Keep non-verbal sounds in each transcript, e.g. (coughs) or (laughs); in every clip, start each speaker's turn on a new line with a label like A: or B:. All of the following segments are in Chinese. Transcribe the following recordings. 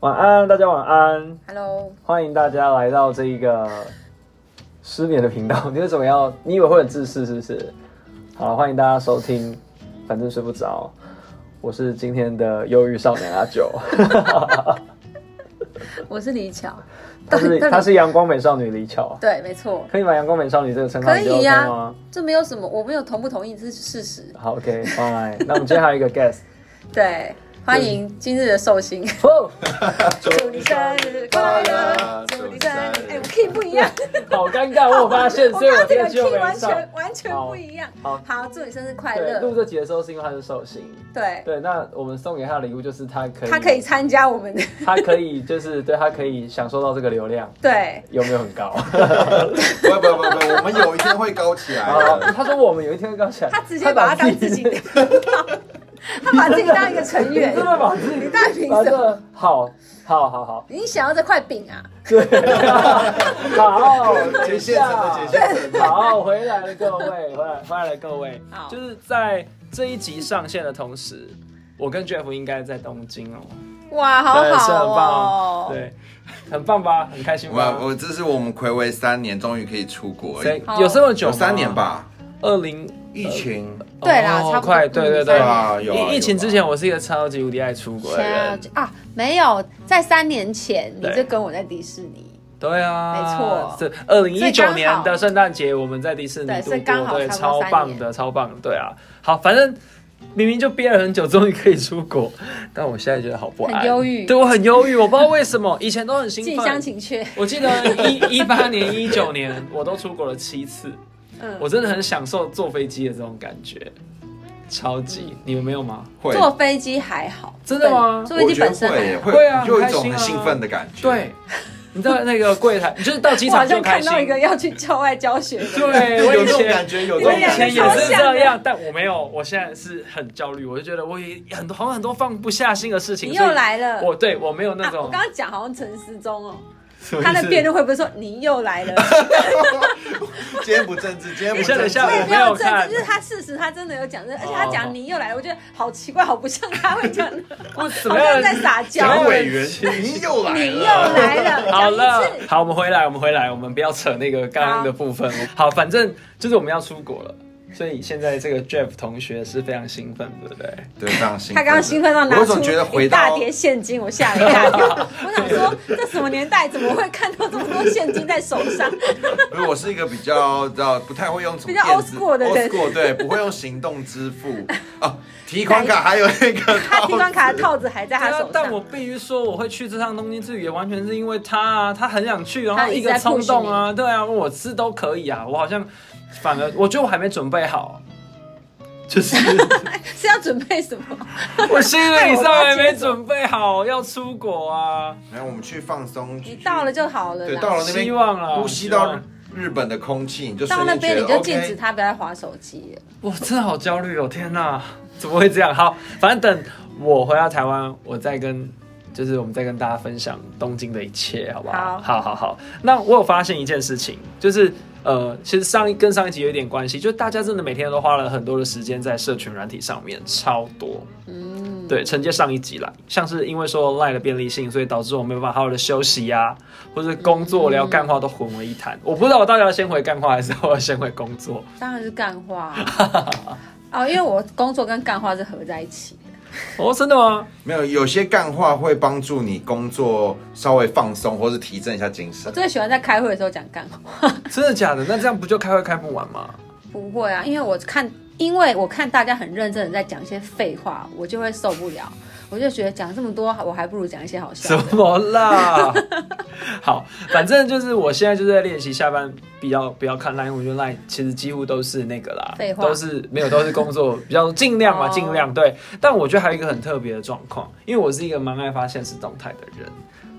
A: 晚安，大家晚安，
B: Hello，
A: 欢迎大家来到这一个失眠的频道。 (laughs) 你为什么要？你以为会很自私是不是？好了，欢迎大家收听，反正睡不着，我是今天的忧郁少年阿九， (laughs)
B: 我是李巧。
A: 她是她是阳光美少女李巧，
B: 对，没错，
A: 可以把阳光美少女这个称号
B: 可
A: 你就
B: 以
A: OK
B: 呀、
A: 吗？
B: 这没有什么，我没有同不同意，这是事实。
A: 好，OK，fine。那我们今天还有一个 guest，
B: 对，欢迎今日的寿星，
A: 哦，
B: 祝你生日快乐，祝
C: 祝
B: 你
C: 你
B: 生
C: 生
B: 日
C: 日。
B: 哎、我 key 不一样，
A: 好尴哦尬，我有发现，
B: (laughs) 我
A: 所以
B: 刚
A: 我
B: 刚这
A: 这
B: 个
A: 个就
B: key
A: 没
B: 完
A: 上
B: 全。完全不一样。
A: 好
B: 好，祝你生日快
A: 对，录
B: 乐。
A: 这集的时候是因为他是寿星，
B: 对，
A: 对，那我们送给他的礼物就是他可以，
B: 他可以参加我们的，
A: 他可以就是对他可以享受到这个流量，
B: 对，
A: 有没有很高？
C: 不不不不，我们有一天会高起来
A: 好
C: 的。
A: 他说我们有一天会高起来，
B: 他直接把他当自己的，他把自己当一个成员
A: 真，的把自己
B: 你到底凭
A: 把
B: 什
A: 这
B: 么？
A: 个好好好好
B: 你想要这块饼啊？
A: 对，好，
C: 解现成的，解现成的。
A: 好，回来了各位，回来回来了各位
B: 好，
A: 就是在这一集上线的同时，我跟 Jeff 应该在东京哦，
B: 哇，好
A: 对，是
B: 好
A: 很棒，
B: 哦。
A: 对，很棒吧，很开心吧
C: 我。我这是我们暌违三年，终于可以出国了
A: 谁，有这么久
C: 有
A: 吗
C: 三年？吧？
A: 二零
C: 疫情
B: 对啦差不多
A: 哦
B: 嗯
A: 快，对对对
C: 对啊有啊有啊
A: 疫疫情之前，我是一个超级无敌爱出国的人。
B: 啊，没有，在三年前你
A: 对
B: 就跟我在迪士尼，
A: 对啊，
B: 没错
A: 是二零一
B: 所以
A: 九
B: 刚
A: 年
B: 好
A: 的圣诞节，我们在迪士尼
B: 对
A: 度
B: 所以刚好
A: 过，对，
B: 差不
A: 超
B: 多
A: 棒的，超棒的，对啊。好，反正明明就憋了很久，终于可以出国，但我现在觉得好不安，
B: 很忧郁
A: 对我很忧郁，我不知道为什么，以前都很兴
B: 近乡
A: 奋。
B: 情怯。
A: 我记得一一八年、一九年，我都出国了七次，
B: 嗯
A: 我真的很享受坐飞机的这种感觉，超级。你们没有吗？
C: 会，
B: 坐飞机还好，
A: 真的吗
B: 本坐飞机本身
C: 我觉得
B: 还
C: 会
B: 好。
C: 会
A: 对啊
C: 就有一
A: 很
C: 种
A: 开
C: 很
A: 心啊
C: 兴奋的感觉。
A: 对，你到那个柜台，你就是到机
B: (laughs) 我好
A: 场
B: 像
A: 就开
B: 看
A: 心。
B: 到一个要去校外教学的人， (laughs)
A: 对，我
C: 有
A: 以
C: 这种
A: 前
C: 感觉，有这
A: 我
C: 种
A: 以
C: 感
A: 前
C: 觉
A: 也是这
B: 你们两
A: 样，但我没有，我现在是很焦虑，我就觉得我也很多好像很多放不下心的事情。
B: 你
A: 所
B: 又
A: 以
B: 来了。
A: 我对我没有那
B: 啊我
A: 种
B: 刚刚讲好像陈思忠哦，
A: 什么意思
B: 他的
A: (laughs)
B: 辩论会不会说你又来了？
C: 今天不政治，今天
A: 等
C: 不
A: 一下等一
C: 政治
A: 下。 (laughs) 我
B: 对，不
A: 没有
B: 要政
A: 看哦
B: 治，就是他事实他真的有讲，而且他讲你又来了，我觉得好奇怪，好不像他会讲的，
A: 我怎
B: 好
A: 么样
B: 像在撒娇。
C: 蒋委员，你又来
B: 你又
C: 了。
B: 来了，
A: 好了
B: 讲一，次
A: 好，我们回来，我们回来，我们不要扯那个刚刚的部分。好，反正就是我们要出国了，所以现在这个 Jeff 同学是非常兴奋，对不对？
C: 对，非常兴奋。
B: 他刚刚兴奋到拿
C: 我
B: 出
C: 总觉得
B: 一
C: 回
B: 大
C: 到
B: 叠现金，我吓了一大跳。我想说，这什么年代怎么会看到这么多现金在手上？
C: 因为我是一个比较知道不太会用什么
B: 比较
C: 电子
B: old school 的人
C: old school 对，不会用行动
B: (laughs)
C: 支付哦，提款卡还有那个
B: 他提款卡的
C: 套
B: 套子还在他
A: 对啊
B: 手
A: 但我
B: 上。
A: 必须说，我会去这趟东京之旅，也完全是因为他啊，他很想去，然
B: 他
A: 后
B: 一
A: 一
B: 直在
A: 个冲
B: push
A: 动啊，对啊，我是都可以啊，我好像反而我觉得我还没准备好，就是
B: (laughs) 是要准备什么？
A: 我心
B: (laughs)
A: 理上还没准备好要出国啊，
C: 子。然后我们去放松，
B: 你到了就好了
C: 对，
B: 啦。
C: 到了那边
A: 希望啦
C: 呼吸
A: 希
C: 到
A: 望
C: 日本的空气，你就
B: 到那
C: 瞬间
B: 边
C: 觉
B: 你
C: 得
B: 就禁止
C: OK。
B: 他不要划手机了。
A: 我真的好焦虑哦，天哪，怎么会这样？好，反正等我回到台湾，我再跟。就是我们再跟大家分享东京的一切，好不好？好
B: 好
A: 好好那我有发现一件事情，就是呃，其实上一跟上一集有一点关系，就是大家真的每天都花了很多的时间在社群软体上面，超多。
B: 嗯，
A: 对，承接上一集啦，像是因为说 Line 的便利性，所以导致我没有办法好好的休息呀、或者是工作
B: 嗯
A: 聊干话都混为一谈。我不知道我到底要先回干话，还是我要先回工作？
B: 当然是干话啊。哦，因为我工作跟干话是合在一起的。
A: 哦，真的吗？
C: 没有，有些干话会帮助你工作稍微放松，或是提振一下精
B: 我
C: 神。
B: 最喜欢在开会的时候讲干话。
A: 真的假的？那这样不就开会开不完吗？
B: 不会啊，因为我看，因为我看大家很认真的在讲一些废话，我就会受不了。我就觉得讲这么多，我还不如讲一些好笑
A: 什
B: 的。
A: 么
B: (laughs)
A: 啦？好，反正就是我现在就是在练习下班比较不要看 line，因为我觉得 line 其实几乎都是那个啦
B: 废，话
A: 都是没有都是工作比较尽量嘛，
B: 哦
A: 尽量对。但我觉得还有一个很特别的状况，因为我是一个蛮爱发现实动态的人，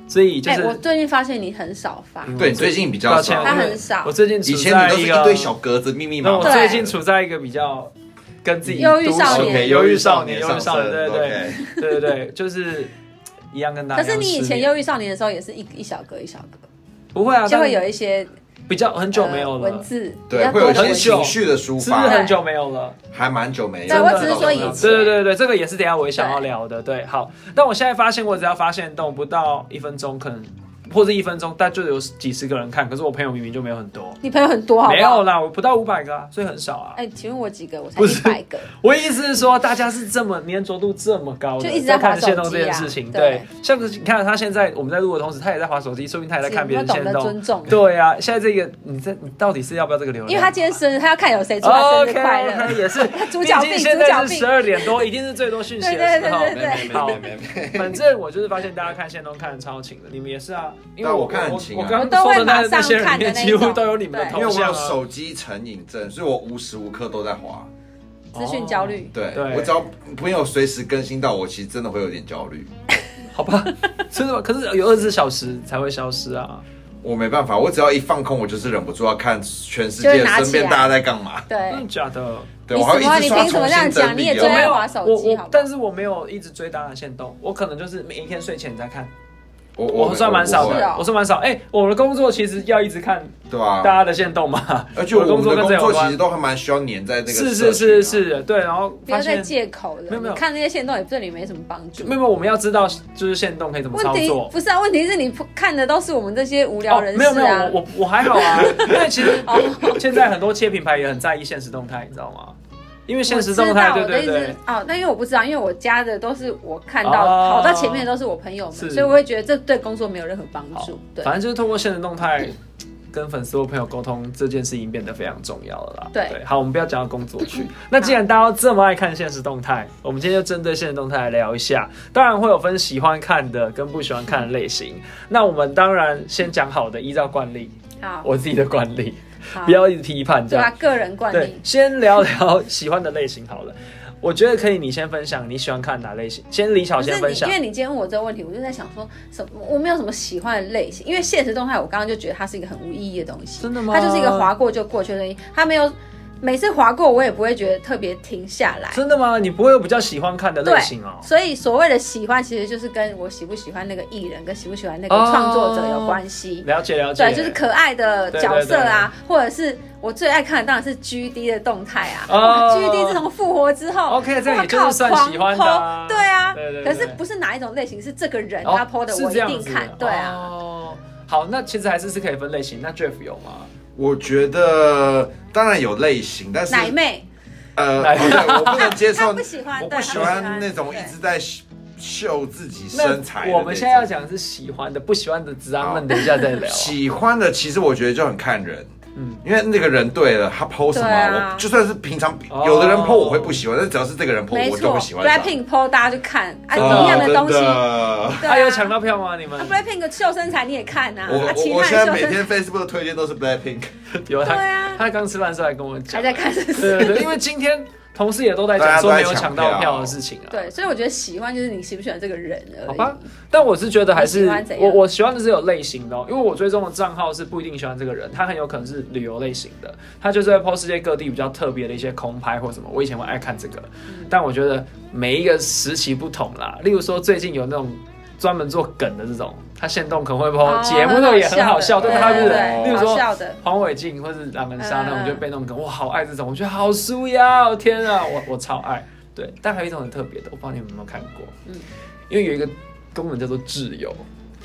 A: 所以就
B: 哎、
A: 是、嗯
B: 我最近发现你很少发，
C: 对，最近比较
A: 抱歉，
C: 少，
B: 他很少
A: 我最近处
C: 以前
A: 在
C: 你都是
A: 一
C: 一
A: 个
C: 堆小格子，密密
A: 那
C: 麻
A: 我
C: 麻。
A: 最
B: 对
A: 近处在一个比较跟自己
B: 忧郁少年
C: OK，
B: 年
C: 忧郁少年，
A: 忧郁少年，对对对
C: 对，
A: (laughs) 对对对，就是一样跟大家
B: 可
A: 一样失
B: 是
A: 眠。
B: 你以前忧郁少年的时候也是一一小格一小格，
A: 不会啊，
B: 就
A: 但
B: 会有一些
A: 比较很久没有
B: 呃
A: 了，
B: 文字，比
C: 对，
B: 较
C: 会
B: 多
C: 有一
B: 的
C: 些
B: 文字
C: 情绪的抒
A: 是不是
C: 发，
A: 很久没有了？
C: 还蛮久没有。
B: 对我只是
C: 真的
B: 说
C: 很久没
B: 以
C: 有
B: 前
A: 对对对对，这个也是等一下我也想要聊的。对，好，但我现在发现，我只要发现动不到一分钟，可能或者一分钟，但就有几十个人看，可是我朋友明明就没有很多，
B: 你朋友很多好不好
A: 没有啦，我不到五百个、啊，所以很少啊。
B: 哎、请问我几个？我才
A: 不
B: 一
A: 是
B: 百个。
A: 我意思是说，大家是这么粘着度这么高的，
B: 就一直在滑
A: 看
B: 手机啊
A: 限动这件事情。
B: 对
A: 对，像是你看他现在我们在录的同时，他也在滑手机，说明他也在看别人
B: 请
A: 限
B: 问懂得
A: 动。
B: 尊重
A: 对啊，现在这个你这你到底是要不要这个流量？
B: 因为他今天生日，他要看有谁祝他生
A: OK
B: 日快乐。
A: OK 也
B: (laughs)
A: 是，
B: 主角病
A: 毕竟现
B: 主角
A: 在是
B: 病
A: 十二点多，一定是最多讯息的时候。
B: 对对对对
C: 没没没没没没。
A: 反正我就是发现大家看线动看的超勤的，你们也是啊，因为
C: 但
A: 我
C: 我看很勤啊
A: 我刚刚说的那那些人里面几乎都有你们的
C: 因为
A: 头
C: 我
A: 像
C: 有
A: 啊。
C: 手机成瘾症，所以我无时无刻都在滑。
B: 资讯焦虑，
C: 对，
A: 对
C: 我只要没有随时更新到，我其实真的会有点焦虑。
A: 好吧，是吧？可是有二十四小时才会消失啊。
C: 我没办法，我只要一放空，我就是忍不住要看全世界
B: 就拿起来
C: 身边大家在干嘛。
A: 真的
B: 对，
A: 假的？
C: 对，
B: 你
C: 我还
B: 什么啊
C: 要一直
B: 你
C: 刷
B: 凭什么这
C: 重
B: 样
C: 新
B: 讲
C: 整
B: 你也
C: 理
B: 最
C: 哦。
A: 我
B: 爱啊
A: 没有
B: 滑手机
A: 我
B: 好不好
A: 我，但是我没有一直追大家的线动，我可能就是每一天睡前在看，
C: 我
A: 我算蛮少
B: 是
A: 的
B: 哦，
A: 我算蛮少。哎，我的工作其实要一直看
C: 对吧、
A: 大家的线动嘛，
C: 而啊呃且我
A: 工
C: 们
A: 作
C: 的
A: 跟
C: 工
A: 这有
C: 作其实
A: 关。
C: 都还蛮需要黏在那个、啊
A: 是是是，是，对，然后
B: 不
A: 发
B: 要再
A: 现
B: 借口了。
A: 没有没有
B: 你看那些线动也对你没什么帮助。
A: 没有，没有我们要知道就是线动可以怎么
B: 问
A: 操
B: 题
A: 作。
B: 不是啊，问题是你看的都是我们这些无聊人
A: 没有
B: 士
A: 没有，
B: 啊。
A: 我我我还好
B: (laughs)
A: 啊，因为其实现在很多切品牌也很在意现实动态，你知道吗？因为现实动态，
B: 我知
A: 对
B: 道我的
A: 对
B: 意思是
A: 对，
B: 哦，那因为我不知道，因为我加的都是我看到
A: 哦
B: 跑到前面的都是我朋友们，
A: 是
B: 所以我会觉得这对工作没有任何帮
A: 好
B: 助。对
A: 反正就是通过现实动态跟粉丝或朋友沟通这件事情变得非常重要了啦。
B: 对嗯
A: 好，我们不要讲到工作去。那既然大家都这么爱看现实动态，我们今天就针对现实动态来聊一下。当然会有分喜欢看的跟不喜欢看的类型。
B: 嗯
A: 那我们当然先讲好的，依照惯例，
B: 好，
A: 我自己的惯例，
B: 好
A: 不要一直批判这
B: 对
A: 样
B: 吧？。个人惯
A: 对
B: 例，，
A: 先聊聊 (laughs) 喜欢的类型好了。我觉得可以，你先分享你喜欢看哪类型。先李小
B: 不
A: 先
B: 是
A: 分
B: 你，因
A: 享
B: 为。你今天问我这个问题，我就在想说什么，我没有什么喜欢的类型，因为现实动态我刚刚就觉得它是一个很无意义的东西，
A: 真的吗
B: 它就是一个划过就过去的东西，它没有每次划过我也不会觉得特别停下来。
A: 真的吗？你不会有比较喜欢看的类
B: 对
A: 型哦，、
B: 所以所谓的喜欢，其实就是跟我喜不喜欢那个艺人，跟喜不喜欢那个创作者
A: 哦
B: 有关系。
A: 了解了解。
B: 对，就是可爱的角色啊，或者是我最爱看的当然是 G D 的动态啊。
A: 哦
B: 哇，G D 自从复活之后
A: OK，这
B: 哇
A: 也就是算喜欢的啊
B: 靠狂 po，对啊。
A: 对对对
B: 可是不是哪一种类型，是这个人
A: 哦
B: 他 PO 的，
A: 是
B: 我一
A: 这样
B: 定
A: 子
B: 看。对啊，
A: 哦，好，那其实还是是可以分类型。那 Jeff 有吗？
C: 我觉得当然有类型，但是
B: 奶妹
C: 呃，
A: 奶妹
C: 对我不能
B: (laughs)
C: 接
B: 他
C: 受
B: 不，喜欢，
C: 我
B: 对
C: 不
B: 他
C: 喜
B: 不
C: 欢那种一
B: 对
C: 直在秀自己身材的
A: 那
C: 那种。
A: 我们现在要讲的是喜欢的，不喜欢的，只让
C: 好
A: 们等一下再聊。啊
C: (laughs) 喜欢的，其实我觉得就很看人。
A: 哦嗯
C: 嗯，因为那个人对了，他 PO 什么，
B: 对啊
C: 我就算是平常
A: 哦
C: 有的人 PO 我会不喜欢，但只要是这个人 PO
B: 没
C: 我就
B: 错
C: 会喜欢他。哦
B: ，Blackpink PO 大家就看啊，
A: 真的
B: 一样的东西。
C: 真的
B: 对啊
A: 他哎有抢到票吗？你们
B: 啊，Blackpink 秀身材你也看啊，
C: 我
B: 啊，其他
C: 我我
B: 人
C: 现在
B: 秀
C: 每
B: 身
C: 天 Facebook 的推荐都是 Blackpink，
A: 有他
B: 对啊
A: 他刚吃饭的时候还跟我讲，啊
B: 还在看是不
A: 对
B: 是？
A: 对对，因为今天同事也都在讲说没有抢到票的事情啊。
B: 对，所以我觉得喜欢就是你喜不喜欢这个人而已。
A: 好吧，但我是觉得还
B: 你
A: 是
B: 喜欢怎样
A: 我我喜欢的是有类型的、哦，因为我追踪的账号是不一定喜欢这个人，他很有可能是旅游类型的，他就是在 PO 世界各地比较特别的一些空拍或什么。我以前会爱看这个，
B: 嗯
A: 但我觉得每一个时期不同啦。例如说最近有那种专门做梗的这种，他现动可能会 PO
B: 哦
A: 节目那个也很好笑，
B: 对
A: 对
B: 对
A: 吧？他
B: 对
A: 就是
B: 对
A: 例如
B: 好
A: 说
B: 笑的。
A: 黄伟晋或是狼人杀那
B: 嗯嗯
A: 种
B: 嗯
A: 就被弄梗，我好爱这种，我觉得好舒呀，我天啊，我我超爱。对，但还有一种很特别的，我不知道你们有没有看过，
B: 嗯
A: 因为有一个功能叫做挚友，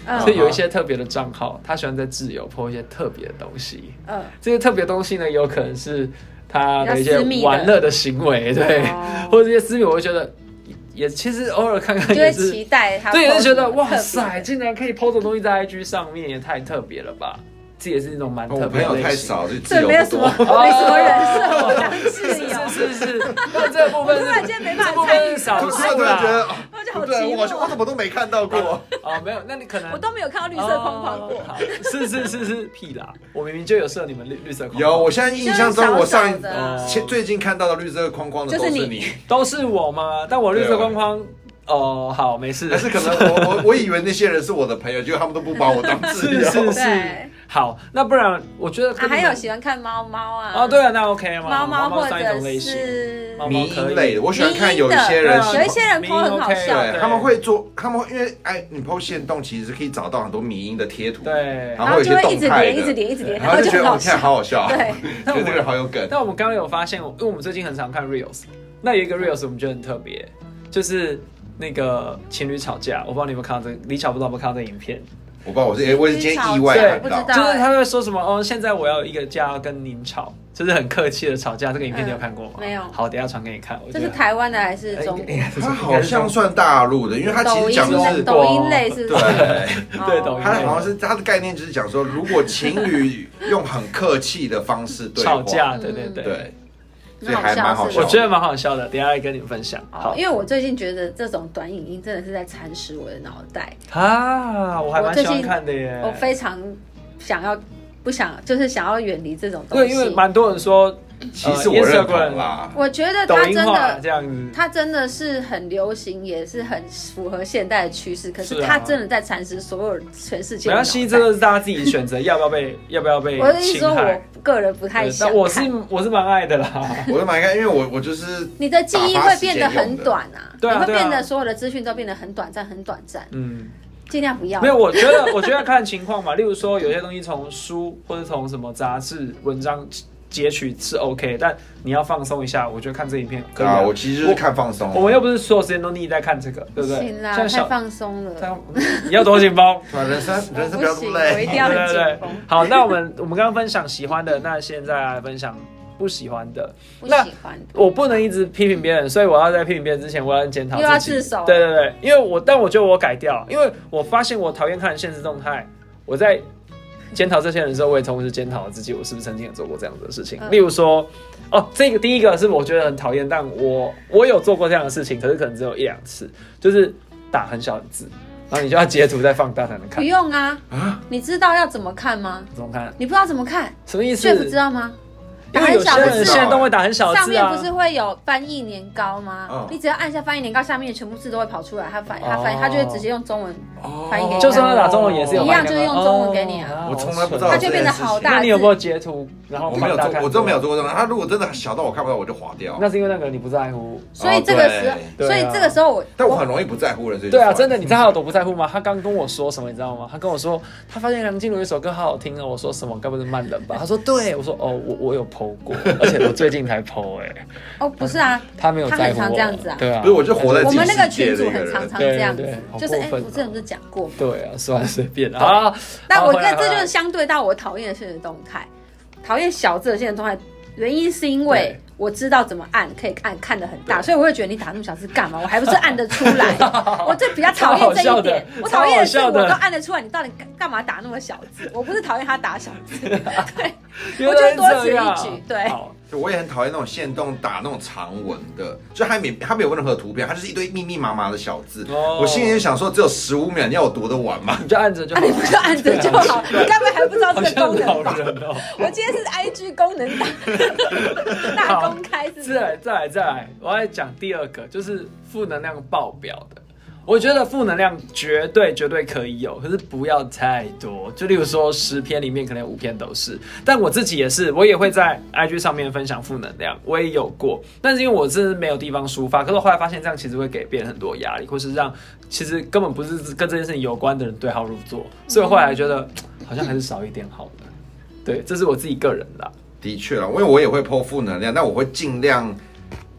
B: 嗯
A: 所以有一些特别的账号，他喜欢在挚友 po 一些特别的东西。
B: 嗯，
A: 这些特别的东西呢，有可能是他的一
B: 比
A: 些
B: 较私密的
A: 玩乐的行为，对，
B: 哦
A: 或者这些私密，我会觉得也也其实偶尔看看
B: 就会
A: 也是
B: 期待他 post 什么特别的。
A: 对，也是觉得哇塞，竟然可以 PO 这种东西在 IG 上面，也太特别了吧！这也是一种蛮
C: 哦我
A: (laughs) 特
C: 朋
A: 别的
C: 友
A: 类
C: 太
A: 型。
C: 少，就自
B: 这
C: 由
B: 没有
C: 不
B: 什么，
C: 多。
B: 没
A: 哦
B: 什么人设我当挚友，
A: (laughs) 是是是，那这个部分
B: 突然
A: 是
B: 间没
A: 这
B: 办
A: 部
B: 法
A: 分是
B: 参
A: 少
C: 我
A: 数
C: (laughs) 突然觉
A: 啦。
C: 得，哦
B: 我就好寂
C: 不对，
B: 寞
C: 我好像我怎么都没看到
A: (laughs)
C: 过。
A: 哦，没有，那你可能
B: 与，我都没有看到绿色框框过啊
A: 哦。好是是是是屁啦！我明明就有设你们绿绿色框框，
C: 有，我现在印象中，我上
B: 就是少少的
C: 前最近看到的绿色框框的都
B: 就是是
C: 你，
A: 都是我吗？但我绿色框框，哦，好，没事
C: 但。是可能我我我以为那些人是我的朋友，结果他们都不把我当
A: 是
C: 挚友。
A: 是是
B: 对，
A: 好，那不然我觉得
B: 啊，
A: 跟你们
B: 还有喜欢看猫猫啊，
A: 啊，对，啊，那 OK 吗？
B: 猫
A: 猫
B: 或
A: 算一种
B: 者
A: 类型，
B: 是
A: 猫
C: 迷因类的，我喜欢看有一些
A: 对
C: 人
A: 啊
C: 喜
B: 有
C: 欢
B: 一些人 po 很好笑
A: 迷因 OK，
C: 对，他们会做，他们会因为哎，你 PO 线动其实可以找到很多迷因的贴图，
A: 对
C: 然
B: 然
C: 后
B: 后
C: 有
B: 就
C: 些
B: 会一
C: 动
B: 直
C: 态
B: 点，一直
C: 的，
B: 点，一直点，
C: 然后就觉
B: 很
C: 得
B: 好
C: 我天
B: 笑。
C: 好好笑，
B: 对，
C: (laughs) 觉得这个人好有梗，
A: 但我们刚刚有发现，因为我们最近很常看 reels，那有一个 reels 我们觉得很特别，就是那个情侣吵架，我不知道你有没有看到这个，李巧不知道有没有看到这个影片，
C: 我不知道我是哎，我是今天意外
A: 对
C: 看到
B: 不知，
A: 就
B: 道
A: 是他会说什么哦，现在我要一个架要跟您吵，就是很客气的吵架，这个影片你有看过吗？
B: 嗯没有
A: 好，等一下传给你看，我
B: 这
A: 觉
B: 是
A: 得
B: 台湾的还是
A: 哎
B: 中
A: 应该是
C: 他好像算大陆的，因为他其
B: 抖
C: 实
B: 音
C: 讲的
B: 类？
C: 是。
B: 抖音类是不是？
C: 对，
A: 对
B: 哦
A: 抖音
C: 他好像是他的概念就是讲说，如果情侣用很客气的方式对话
A: 吵，架，对
B: 嗯
A: 对对。
C: 对，所
B: 很
C: 以还蛮好
B: 笑是
C: 笑
A: 我
B: 吧。
A: 觉得蛮好笑的，等一下来跟你们分享。
B: 好
A: 好，
B: 哦因为我最近觉得这种短影音真的是在蚕食我的脑袋，
A: 啊，我还蛮喜
B: 我最
A: 欢
B: 近
A: 看的耶。
B: 我非常想要不想，就是想要远离这种东
A: 对，
B: 西
A: 因为。蛮多人说，呃
C: 其实我认同啦，
B: 我觉得
A: 抖
B: 它真
A: 音化
B: 的
A: 这样子，
B: 它真的是很流行，也是很符合现代的趋势。可
A: 是
B: 是
A: 啊
B: 它真的在蚕食所有全世界
A: 没
B: 的
A: 关
B: 脑袋。
A: 系，这个是大家自己选择要不要
B: (laughs)
A: 被要不要被
B: 我的意思
A: 侵
B: 说，
A: 害。
B: 我个人不太
A: 对
B: 想
A: 但
B: 看。
A: 我是我是蛮爱的
B: (laughs)
A: 啦，
C: 我就蛮看，因为我我就是
B: 你的记忆会变得很短啊，
A: 对啊
B: 你会
A: 对啊
B: 变得所有的资讯都变得很短暂，很短暂，
A: 嗯，
B: 尽量不要。
A: 没有，我觉得我觉得看情况吧。例如说，有些东西从书或者从什么杂志、文章截取是 OK，但你要放松一下，我觉得看这影片可以
C: 啊，我其实就是看放松，
A: 我们又不是所有时间都腻在看这个，对不对
B: 行？啦，
A: 像
B: 太
A: 小，
B: 放松了，
A: 像你要多紧绷。
C: 对啊人生
B: 我
C: 人生
B: (laughs) 不
C: 不要这
B: 行，
C: 么
B: 我一定
C: 累，
B: 要
A: 对
B: 很
A: 对
B: 紧
A: 对
B: 绷，
A: 好，那我们我们刚刚分享喜欢的，那现在来分享不喜欢的。
B: 不
A: 那
B: 喜欢。
A: 我不能一直批评别人，所以我要在批评别人之前，我要检讨自己。
B: 又要自首
A: 对对对，因为我但我觉得我改掉，因为我发现我讨厌看现实动态。我在检讨这些人的时候，我也同时检讨自己，我是不是曾经也做过这样子的事情。
B: 嗯
A: 例如说，哦，这个第一个是我觉得很讨厌，但我我有做过这样的事情，可是可能只有一两次，就是打很小的字，然后你就要截图再放大才能
B: 不
A: 看。
B: 用啊，你知道要怎么看吗？
A: 怎么看？
B: 你不知道怎么看，
A: 什么意思？
B: 炫不知道吗？
A: 因
B: 打
A: 为
B: 很
A: 有
B: 小
A: 些
B: 的
A: 人
B: 字哦
A: 现，在都会打很小的
B: 上
A: 字
B: 面
A: 啊
B: 不。是会有翻译年糕吗
C: 嗯？
B: 你只要按下翻译年糕，下面全部字都会跑出来，它翻它翻
A: 哦，
B: 它就会直接用中文，翻译
C: 哦
B: 给你
A: 就算他打中文也是有
B: 一
A: 翻
B: 样
A: 译
B: 就是
A: 的
B: 用中文给你啊
A: 哦
C: 我从来不知道
B: 它就变得好大
A: 那
B: 字。
A: 你有没有截图？然后
C: 我没有
A: 放大
C: 做
A: 看，
C: 我真没有。做过这种。他如果真的小到我看不到，我就划掉。
A: 那是因为那个你不在乎。
B: 所以这个时
C: 哦
B: 候，
A: 对
B: 所以
A: 对啊
B: 这个时候我，
C: 但我很容易不在乎人，所以就
A: 对啊，
C: 算了
A: 真的，你知道他有多不在乎吗？他刚跟我说什么，你知道吗？他跟我说，他发现梁静茹有一首歌好好听哦。我说什么？该不是慢冷
B: (laughs)
A: 吧？他说对。我说哦，我我有剖过，而且我最近才剖
B: (laughs)
A: 哎。
B: 哦，不是啊，
A: 他没有在乎我。
B: 他很常这样子啊
A: 对啊。
C: 不是我就活在
B: 我
C: 自己
B: 们那个
C: 世界
B: 群
C: 的
B: 主
C: 一个
B: 很
C: 人
B: 常常这样子
A: 对对，好
B: 就是
A: 过
B: 哎，
A: 分啊
B: 我之前不是讲过吗？
A: 对啊，算了，随便啊。好
B: (laughs) 但我
A: 回
B: 觉
A: 来
B: 得这
A: 回
B: 就
A: 来
B: 是相对到我讨厌的现实动态，讨厌小字的现实动态，原因是因
A: 对
B: 为我知道怎么按，可以按看得很大，所以我会觉得你打那么小字干嘛？我还不是按得出
A: (laughs)
B: 来？我就比较讨
A: 超好
B: 厌这
A: 笑
B: 一
A: 的
B: 点，我讨厌的是
A: 超好笑
B: 我
A: 的
B: 都按得出来，你到底干干嘛打那么小字？我不是讨厌他打小
A: (laughs)
B: 字，对，
A: 原来是
B: 我觉得多
A: 这
B: 此一
A: 样
B: 举对
A: 好
C: 就我也很讨厌那种线动打那种长文的，就还没它没有任何图片，它就是一堆密密麻麻的小字。
A: 哦
C: 我心里就想说，只有十五秒，你要我读得完吗？ (laughs)
A: 你就按着就好
B: 啊 (laughs) 你。不就按着就好？你该不会还不知道这
A: 好
B: 个
A: 像
B: 功能
A: 老
B: 吧？
A: 人哦。
B: 我今天是 IG 功能
A: (laughs)
B: 大大公开，是不
A: 再来，
B: 是？
A: 再来，再来，我要讲第二个，就是负能量爆表的。我觉得负能量绝对绝对可以有，可是不要太多。就例如说十篇里面可能有五篇都是，但我自己也是，我也会在 IG 上面分享负能量，我也有过。但是因为我真的没有地方抒发，可是我后来发现这样其实会给别人很多压力，或是让其实根本不是跟这件事情有关的人对号入座，所以我后来觉得好像还是少一点好的。对，这是我自己个人啦。
C: 的确啦，因为我也会剖负能量，但我会尽量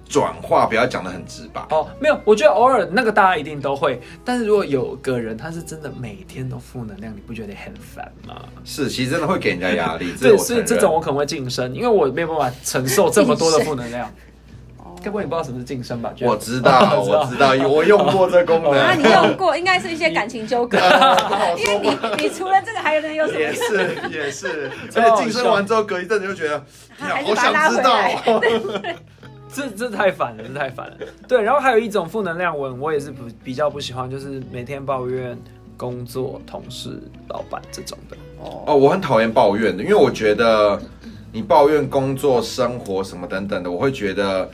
C: 转化，不要讲的很直白。
A: 哦，没有，我觉得偶尔那个大家一定都会，但是如果有个人他是真的每天都负能量，你不觉得很烦吗？
C: 是，其实真的会给人家压力。
A: 对，
C: 我承
A: 所以
C: 认
A: 这种我可能会晋升，因为我没有办法承受这么多的负能
C: (laughs)
A: 量。该不会你不知道什么是晋升吧？
C: 我
A: (laughs)
C: 知道，我知道，我用过这功
A: 哦
B: 啊，
C: 能
B: 你，用过，应该是一些感情纠
A: (laughs)
B: 葛。
C: 不好
B: 因为
C: 说吧。
B: 你你除了这个还有能有什
C: (laughs) 也
B: 么？
C: 是也是，
A: 超
C: 而
A: 好笑
C: 且晋升完之后，隔一阵子就觉得，哎
B: 还
C: 呀，
B: 是
C: 好
B: 把它拉
C: 想
B: 回
C: 知道
B: 来。
C: 哦。
A: 这这太烦了，这太烦了。对，然后还有一种负能量文，我也是不比较不喜欢，就是每天抱怨工作、同事、老板这种的。
C: 哦，我很讨厌抱怨的，因为我觉得你抱怨工作、生活什么等等的，我会觉得。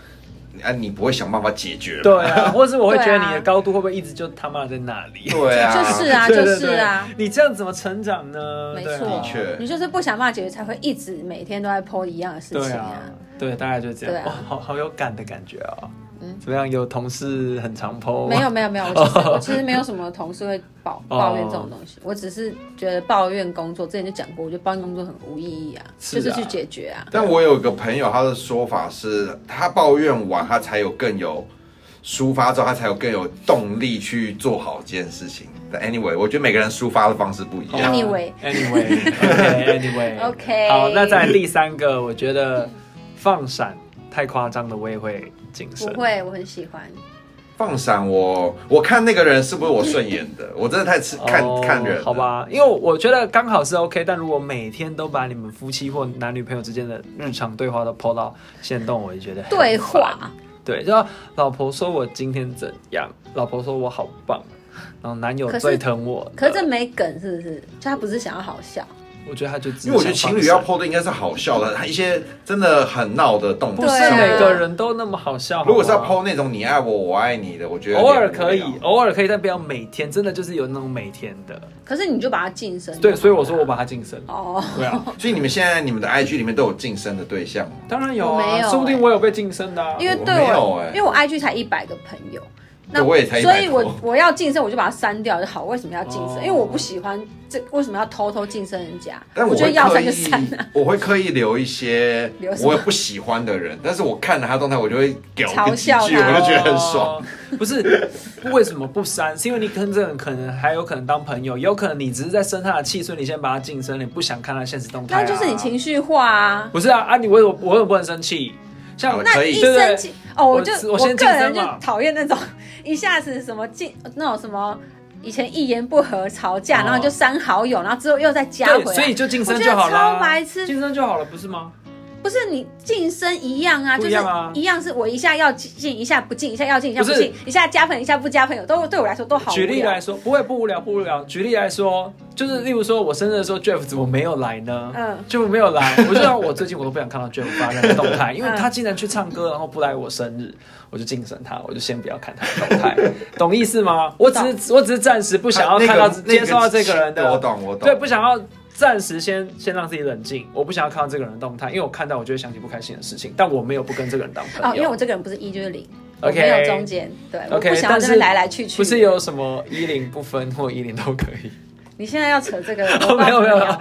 C: 啊，你不会想办法解决吗？
A: 对啊， (laughs) 或是我会觉得
B: 对啊
A: 你的高度会不会一直就他妈在那里？
C: 对啊，
B: 就是啊，
A: 对
B: 就
A: 对
B: 是啊，
A: 对，你这样怎么成长呢？
B: 没
A: 对啊
B: 错，
C: 的确
B: 你就是不想办法解决，才会一直每天都在 po 一样的事
A: 对
B: 情
A: 啊，对，大概就这
B: 对
A: 样。
B: 啊
A: 哇，好好有感的感觉啊。
B: 嗯
A: 怎么样？有同事很常 PO
B: 没有没有没有，我其
A: (laughs)
B: 实我其实没有什么同事会抱
A: 哦
B: 抱怨这种东西，我只是觉得抱怨工作，之前就讲过，我觉得抱怨工作很无意义啊，
A: 是啊
B: 就是去解决啊。
C: 但我有个朋友，他的说法是，他抱怨完，他才有更有抒发之后，他才有更有动力去做好这件事情。但 anyway，我觉得每个人抒发的方式不一样。
B: Anyway (laughs)
A: Anyway，Anyway，Anyway，
B: OK
A: 好，那再来第三个，我觉得放闪太夸张的，我也会谨
B: 不
A: 慎。
B: 会，我很喜欢。
C: 放闪我，我看那个人是不是我顺眼的，我真的太吃看、
A: 哦
C: 看人了
A: 好，吧，因为我觉得刚好是 OK，但如果每天都把你们夫妻或男女朋友之间的日常对话都抛到线动，我就觉得很
B: 对
A: 烦
B: 话，
A: 对，就要老婆说我今天怎样，老婆说我好棒，然后男友
B: 可是
A: 最疼我了，
B: 可是这没梗是不是？就他不是想要好笑，
A: 我觉得他就只
C: 因为我觉得
A: 想
C: 情侣
A: 放
C: 要
A: 闪
C: PO 的应该是好笑的，他一些真的很闹的动作。
A: 不
B: 对
A: 是
B: 啊
A: 每个人都那么好笑，
C: 如果是要
A: 好不好
C: PO 那种你爱我我爱你的，我觉得
A: 偶
C: 有点
A: 尔可以
C: 无聊，
A: 偶尔可以，但不要每天，真的就是有那种每天的。
B: 可是你就把它晋升。
A: 对，所以我说我把它晋升。
B: 哦，
A: 对啊，
C: 所以你们现在你们的 IG 里面都有晋升的对象吗？
A: 当然有
B: 我没
A: 啊，
B: 有
A: 说不定
B: 欸
A: 我有被晋升的啊。
B: 因为
C: 我
B: 对
C: 没有
B: 我，
C: 欸
B: 因为我 IG 才一百个朋友，
C: 我也才
B: 所
C: 100
B: 以我
C: 多
B: 我要晋升，我就把它删掉就好。为什么要晋升？
A: 哦
B: 因为我不喜欢这，为什么要偷偷晋升人家？
C: 但
B: 我
C: 我
B: 觉得
C: 会
B: 要
C: 刻
B: 删就
C: 意
B: 删啊。，
C: 我会刻意留一些
B: 留什么
C: 我不喜欢的人，但是我看了他动态，我就会屌个
B: 嘲
C: 几
B: 笑
C: 句，
B: 他
C: 我就觉得很爽。
A: 哦。 (laughs) 不是，为什么不删？是因为你跟这个人可能还有可能当朋友，有可能你只是在生他的气，所以你先把他晋升，你不想看他现实动态、啊。
B: 那就是你情绪化啊。
A: 不是啊啊！你为什么我很不能生气？像
C: 好
B: 那
C: 可以
B: 一
A: 对对
B: 生气哦，我就
A: 我
B: 我
A: 我先
B: 个
A: 晋升
B: 人就
A: 嘛
B: 讨厌那种一下子什么进那种什么。以前一言不合吵架，
A: 哦
B: 然后就删好友，然后之后又再加回
A: 对，
B: 来，
A: 所以就晋升就好
B: 我觉得超
A: 了。
B: 白痴
A: 晋升就好了，不是吗？
B: 不是你晋升一样啊，
A: 不
B: 就
A: 一
B: 是
A: 样啊
B: 一样是我一下要进，一下不进，一下要进，一下不
A: 不是
B: 进，一下加朋友，一下不加朋友，都对我来说都好无
A: 举例
B: 聊
A: 来说，不会不无聊不无聊。举例来说，就是例如说我生日的时候，Jeff 怎么没有来呢？
B: 嗯
A: 嗯，Jeff 没有来，我就让我最近我都不想看到 Jeff 发任何动态，因为他竟然去唱歌，然后不来我生日， (laughs) 我就晋升他，我就先不要看他的动态，懂意思吗？我只是我只是暂时不想要
C: 那个
A: 看到、
C: 那个
A: 接受到这个人的，
C: 我懂我懂
A: 对，不想要。暂时先先让自己冷静，我不想要看到这个人的动态，因为我看到我就会想起不开心的事情，但我没有不跟这个人当朋友。
B: 哦，因为我这个人不是一就是零
A: OK
B: 我没有中间，对我
A: OK，
B: 不想要
A: 但
B: 这
A: 是
B: 边来来去去。
A: 不是，有什么一零不分或一零都可以。
B: 你现在要
A: (laughs)
B: 扯这个，
A: 哦
B: 我不知道
A: 没有没有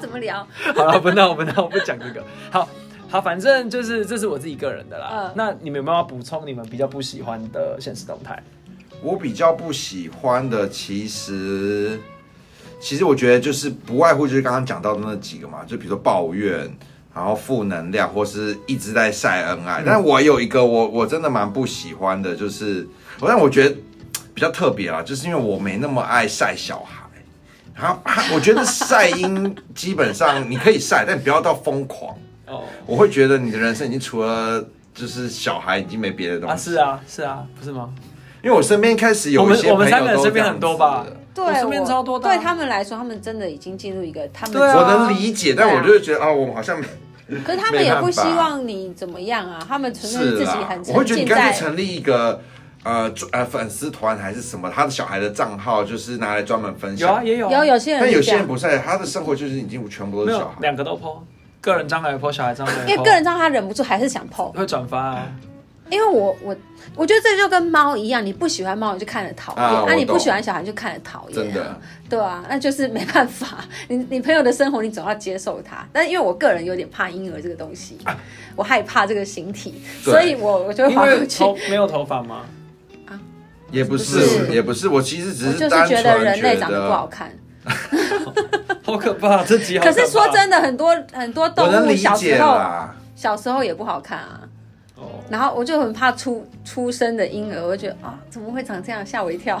B: 怎么聊我不知道
A: 好了，不闹
B: 我不知道怎么聊。
A: 不闹，不讲这个。好 (laughs) 好，反正就是这是我自己个人的啦。
B: 嗯
A: 那你们有没有要补充你们比较不喜欢的现实动态？
C: 我比较不喜欢的，其实其实我觉得就是不外乎就是刚刚讲到的那几个嘛，就比如说抱怨，然后负能量，或是一直在晒恩
A: 嗯
C: 爱。但我有一个我我真的蛮不喜欢的，就是我但我觉得比较特别啦，就是因为我没那么爱晒小孩。然后 (laughs) 我觉得晒阴基本上你可以晒，但不要到疯狂。
A: 哦，
C: 我会觉得你的人生已经除了就是小孩，已经没别的东西。
A: 啊是，啊是啊，不是吗？
C: 因为我身边开始有一些
A: 我们我们
C: 朋友
A: 三个人
C: 都
A: 身边
C: 这样
A: 很多
C: 子
A: 吧
C: 的
B: 对，
A: 我身边
B: 我
A: 超多的啊
B: 对他们来说，他们真的已经进入一个他们
A: 对啊
C: 我能理解，但我就是觉得啊，我们好像没
B: 可是他们也不
C: 没办
B: 希
C: 法
B: 望你怎么样啊，他们纯粹
C: 是
B: 自己
C: 啦
B: 很，
C: 我会
B: 沉
C: 觉得
B: 浸
C: 你干
B: 在。
C: 脆成立一个。呃，专呃，粉丝团还是什么？他的小孩的账号就是拿来专门分
A: 有啊
C: 享。
A: 也有啊，
B: 有有些人
C: 但
B: 是
C: 有
B: 这
C: 些
B: 样
C: 人，不是，他的生活就是已经全部
A: 没
C: 都是小
A: 有
C: 孩。
A: 两个都 po，个人账号也 po，小孩账号也 po，
B: 因为个人账号他忍不住还是想 PO，
A: 会转发啊。
B: 因为我我我觉得这就跟猫一样，你不喜欢猫你就看着讨厌，
C: 啊我
B: 啊你不
C: 懂
B: 喜欢小孩就看着讨厌、啊，
C: 真的，
B: 对啊，那就是没办法，你你朋友的生活你总要接受它。但是因为我个人有点怕婴儿这个东西，我害怕这个形体，
C: 啊对
B: 所以我我 (laughs) 就会
A: 因
B: 划
A: 为 (laughs)
B: 过去。
A: 头没有头发
B: (laughs)
A: 吗？
C: 也不
B: 不
C: 是，
B: 是
C: 也不是。我其实
B: 我
C: 只
B: 就是
C: 单纯
B: 觉得人类长得
C: 觉
B: 不好看，
A: 好可怕，这集好
B: 可
A: 怕
B: 是说真的，很多很多
C: 我
B: 动
C: 能
B: 物
C: 理
B: 小
C: 解
B: 时候
C: 啦。
B: 小时候也不好看啊。
A: 哦，
B: 然后我就很怕出出生的婴儿，我就觉得啊，怎么会长这样，吓我一跳。